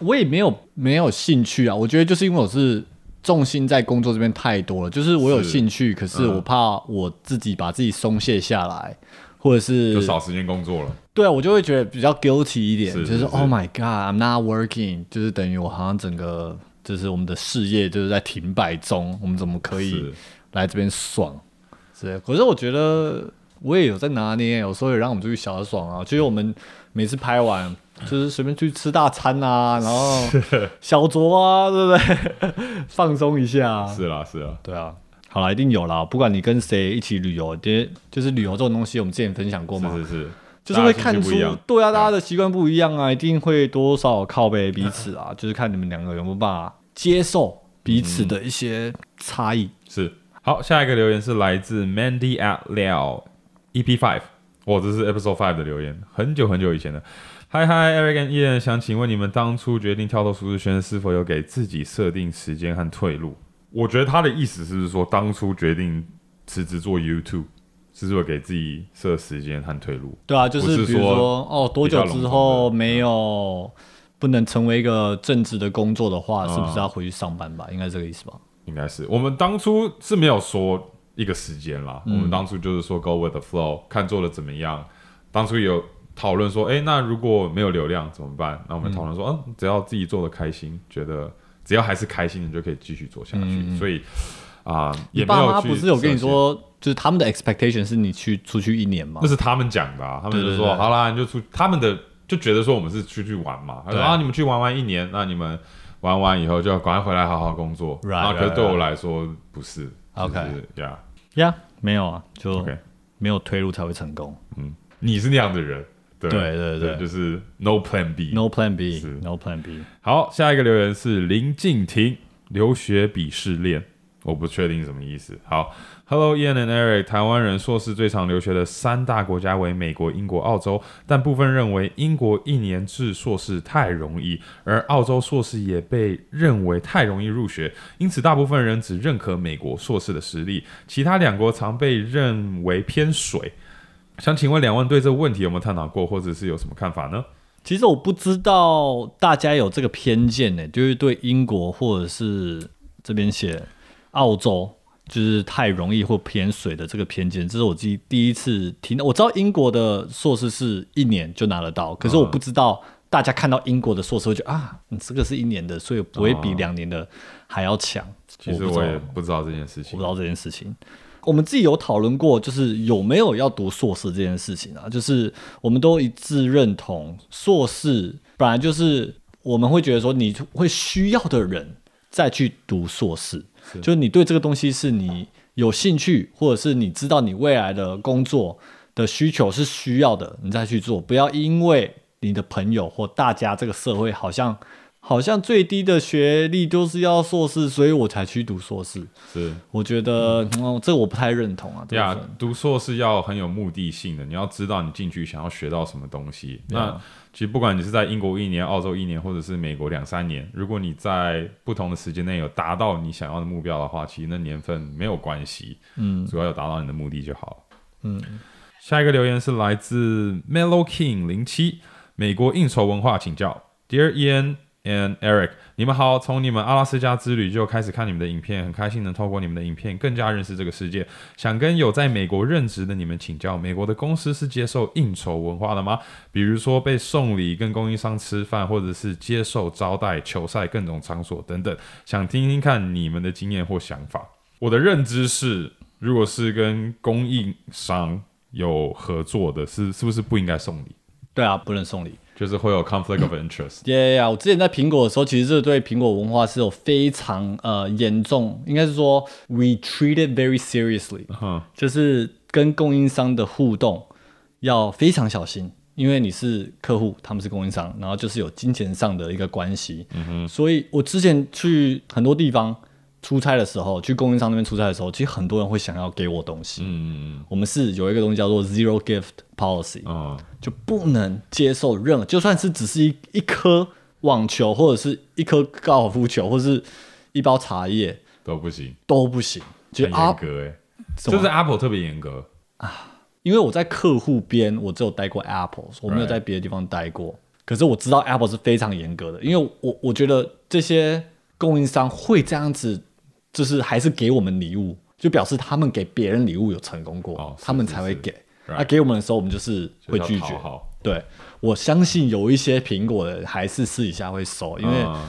S2: 我也没有没有兴趣啊，我觉得就是因为我是重心在工作这边太多了，就是我有
S1: 是嗯
S2: 兴趣，可是我怕我自己把自己松懈下来，或者是
S1: 就少时间工作了。
S2: 对啊，我就会觉得比较 guilty 一点，
S1: 是
S2: 就是
S1: 是
S2: Oh my God，I'm not working，就是等于我好像整个就是我们的事业就是在停摆中，我们怎么可以
S1: 是
S2: 来这边爽？是的，可是我觉得我也有在拿捏，有时候也让我们出去小爽啊。就是我们每次拍完，就是随便去吃大 餐啊，然后小酌啊，对不对？ 放松一下啊。
S1: 是啦，是啦，
S2: 对啊，好啦，一定有啦，不管你跟谁一起旅游，就是就是旅游这种东西，我们之前分享过嘛，
S1: 是是是，
S2: 就是会
S1: 大家
S2: 看
S1: 兴
S2: 出
S1: 趣不一样
S2: 对啊，大家的习惯不一样啊，一定会多少有靠背彼此啊，就是看你们两个有没有办法接受彼
S1: 嗯
S2: 此的一些差异。
S1: 是。好，下一个留言是来自 Mandy at 了 EP Five，哇，这是 Episode Five 的留言，很久很久以前的。嗨嗨，Eric and Ian，想请问你们当初决定跳脱舒适圈，是否有给自己设定时间和退路？我觉得他的意思是不是说，当初决定辞职做 YouTube，是不是有给自己设时间和退路？
S2: 对啊，就
S1: 我
S2: 是
S1: 是
S2: 比如
S1: 说
S2: 说哦，多久之后
S1: 嗯
S2: 没有不能成为一个正职的工作的话，
S1: 啊
S2: 是不是要回去上班吧？应该是这个意思吧？
S1: 应该是我们当初是没有说一个时间啦，
S2: 嗯
S1: 我们当初就是说 go with the flow，看做的怎么样。当初也有讨论说，哎、那如果没有流量怎么办？那我们讨论说，嗯、只要自己做的开心，觉得只要还是开心，你就可以继续做下去。所以啊、也
S2: 嗯你
S1: 没
S2: 爸
S1: 有
S2: 妈
S1: 去
S2: 不是有跟你
S1: 设限
S2: 说，就是他们的 expectation 是你去出去一年吗
S1: 那？是他们讲的、啊，他们就
S2: 对对
S1: 说
S2: 对
S1: 好啦，你就出他们的就觉得说我们是出去玩嘛，他说
S2: 对
S1: 啊你们去玩玩一年，那你们玩完以后就要赶快回来好好工作。
S2: Right，
S1: 然后可是
S2: right，
S1: 对我
S2: right
S1: 来说不是
S2: OK
S1: 呀
S2: 呀，没有啊，就
S1: OK，
S2: 没有退路才会成功。
S1: 你是那样的人，对
S2: 对对对
S1: 就是 no plan B。
S2: No plan B，
S1: 是
S2: No plan B。
S1: 好，下一个留言是林静婷，留学鄙视链，我不确定什么意思。好，Hello Ian and Eric，台湾人硕士最常留学的三大国家为美国、英国、澳洲，但部分认为英国一年制硕士太容易，而澳洲硕士也被认为太容易入学，因此大部分人只认可美国硕士的实力，其他两国常被认为偏水。想请问两位对这问题有没有探讨过，或者是有什么看法呢？
S2: 其实我不知道大家有这个偏见呢、就是对英国或者是这边写澳洲，就是太容易或偏水的这个偏见，这是我自己第一次听到。我知道英国的硕士是一年就拿得到，可是我不知道大家看到英国的硕士会觉得啊，你这个是一年的，所以不会比两年的还要强。
S1: 哦其实
S2: 不知
S1: 我
S2: 道
S1: 也不知道这件事情
S2: 我不知。道这件事情。我们自己有讨论过，就是有没有要读硕士这件事情啊？就是我们都一致认同，硕士本来就是我们会觉得说你会需要的人再去读硕士，就是你对这个东西是你有兴趣，或者是你知道你未来的工作的需求是需要的，你再去做，不要因为你的朋友或大家这个社会好像好像最低的学历都是要硕士，所以我才去读硕士。
S1: 是
S2: 我觉得、嗯、这个我不太认同啊。这
S1: 呀
S2: 部分
S1: 读硕士要很有目的性的，你要知道你进去想要学到什么东西。那其实不管你是在英国一年、澳洲一年，或者是美国两三年，如果你在不同的时间内有达到你想要的目标的话，其实那年份没有关系，嗯，主要有达到你的目的就好。嗯，下一个留言是来自 Mellow King 零七，美国应酬文化请教，Dear Ian。and Eric，你们好！从你们阿拉斯加之旅就开始看你们的影片，很开心能透过你们的影片更加认识这个世界。想跟有在美国任职的你们请教，美国的公司是接受应酬文化的吗？比如说被送礼、跟供应商吃饭，或者是接受招待、球赛、各种场所等等。想听听看你们的经验或想法。我的认知是，如果是跟供应商有合作的，是是不是不应该送礼？
S2: 对啊，不能送礼。。
S1: 就是会有 conflict of interest
S2: 耶呀！我之前在苹果的时候，其实这对苹果文化是有非常呃严重，应该是说 we treat it very seriously，、
S1: 哼，
S2: 就是跟供应商的互动要非常小心，因为你是客户，他们是供应商，然后就是有金钱上的一个关系。
S1: 嗯
S2: 所以我之前去很多地方出差的时候，去供应商那边出差的时候，其实很多人会想要给我东西。
S1: 嗯
S2: 我们是有一个东西叫做 zero gift policy，、
S1: 嗯，
S2: 就不能接受任何，就算是只是一一颗网球，或者是一颗高尔夫球，或者是一包茶叶
S1: 都不行，
S2: 都不行。就
S1: 很
S2: 啊
S1: 严，格哎、欸，
S2: 怎
S1: 就
S2: 么
S1: 是 Apple 特别严格。
S2: 因为我在客户边，我只有待过 Apple，我没有
S1: Right
S2: 在别的地方待过。可是我知道 Apple 是非常严格的，因为我我觉得这些供应商会这样子，就是还是给我们礼物，就表示他们给别人礼物有成功过，
S1: 哦是
S2: 他们
S1: 是
S2: 才会
S1: 是
S2: 给。那、
S1: Right
S2: 给我们的时候，我们就是会拒
S1: 就是
S2: 绝
S1: 要讨。好
S2: 对，我相信有一些苹果的还是私底下会收，因为
S1: 嗯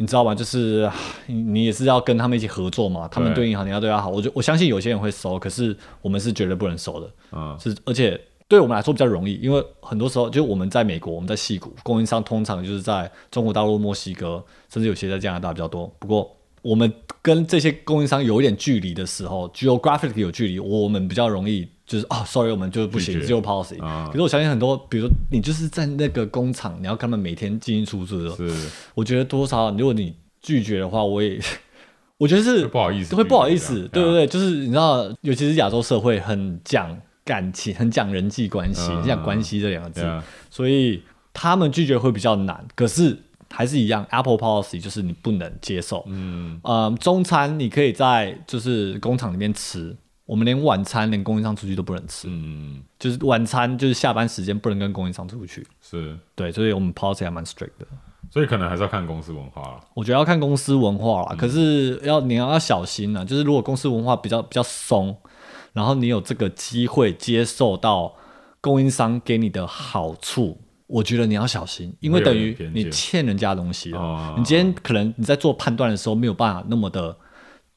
S2: 你知道吗？就是唉你你也是要跟他们一起合作嘛，他们
S1: 对
S2: 对你好，你要对他好。我就我相信有些人会收，可是我们是绝对不能收的。
S1: 嗯
S2: 是而且对我们来说比较容易，因为很多时候就我们在美国，我们在戏谷，供应商通常就是在中国大陆、墨西哥，甚至有些在加拿大比较多。不过我们跟这些供应商有一点距离的时候，geographically 有距离，我们比较容易就是啊、s o r r y 我们就是不行
S1: 拒绝
S2: ，zero policy、
S1: 啊
S2: 可是我相信很多，比如说你就是在那个工厂，你要跟他们每天进进出出的时候，
S1: 是
S2: 我觉得多少，如果你拒绝的话，我也 我觉得是
S1: 会不好意思
S2: 会不好意
S1: 拒绝
S2: 思，
S1: 这啊
S2: 对
S1: 样
S2: 不对？就是你知道，尤其是亚洲社会很讲感情，很讲人际关系，
S1: 嗯
S2: 很讲关系这两个字，
S1: 对啊
S2: 所以他们拒绝会比较难。可是还是一样，Apple policy 就是你不能接受。
S1: 嗯，
S2: 呃，中餐你可以在就是工厂里面吃，我们连晚餐连供应商出去都不能吃，
S1: 嗯，
S2: 就是晚餐就是下班时间不能跟供应商出去。
S1: 是，
S2: 对，所以我们 policy 还蛮 strict 的。
S1: 所以可能还是要看公司文化了。
S2: 我觉得要看公司文化
S1: 嗯
S2: 啦，可是要你要要小心啊，就是如果公司文化比较比较松，然后你有这个机会接受到供应商给你的好处，我觉得你要小心，因为
S1: 会有
S2: 等
S1: 点
S2: 于
S1: 偏见
S2: 你欠人家东西了。
S1: 哦
S2: 你今天可能你在做判断的时候没有办法那么的，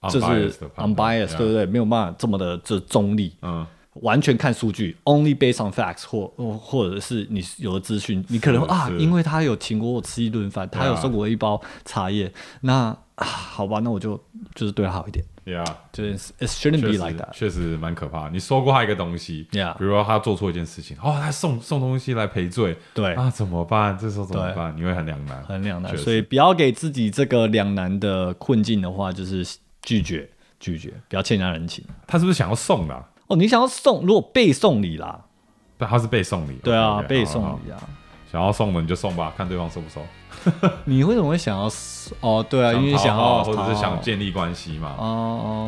S2: 就是
S1: Unbiased 的判断
S2: unbiased，对不对？没有办法这么的这中立。
S1: 嗯，
S2: 完全看数据，only based on facts，或或或者是你有的资讯，你可能
S1: 是
S2: 啊，
S1: 是
S2: 因为他有请过我吃一顿饭，他有
S1: 对啊
S2: 送过我一包茶叶，那啊，好吧，那我就就是对他好一点，
S1: 呀、yeah,，
S2: 就是 it shouldn't
S1: 确
S2: be
S1: 实
S2: like that。
S1: 确实蛮可怕的。你收过他一个东西
S2: Yeah
S1: 比如说他做错一件事情，哦，他送送东西来赔罪，
S2: 对
S1: 啊，怎么办？这时候怎么
S2: 对
S1: 办？你会很两难，
S2: 很两难，
S1: 确实
S2: 所以不要给自己这个两难的困境的话，就是拒绝拒绝，不要欠人家人情。
S1: 他是不是想要送的啊、
S2: 哦，你想要送，如果被送礼啦，
S1: 对，他是被送礼。
S2: 对啊，
S1: OK，OK，
S2: 被
S1: 好
S2: 送
S1: 好好
S2: 礼啊，
S1: 想要送的你就送吧，看对方收不收。
S2: 你为什么会想要送？哦，对啊，因为
S1: 讨
S2: 想
S1: 好
S2: 要
S1: 或者
S2: 讨
S1: 是
S2: 好
S1: 想建立关系嘛，
S2: 哦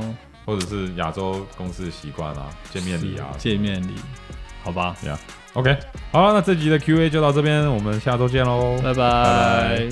S2: 哦。
S1: 或者是亚洲公司的习惯啊，见面礼啊。
S2: 界面里，好吧，
S1: 呀、yeah.，OK，好，那这集的 Q&A 就到这边，我们下周见喽，
S2: 拜拜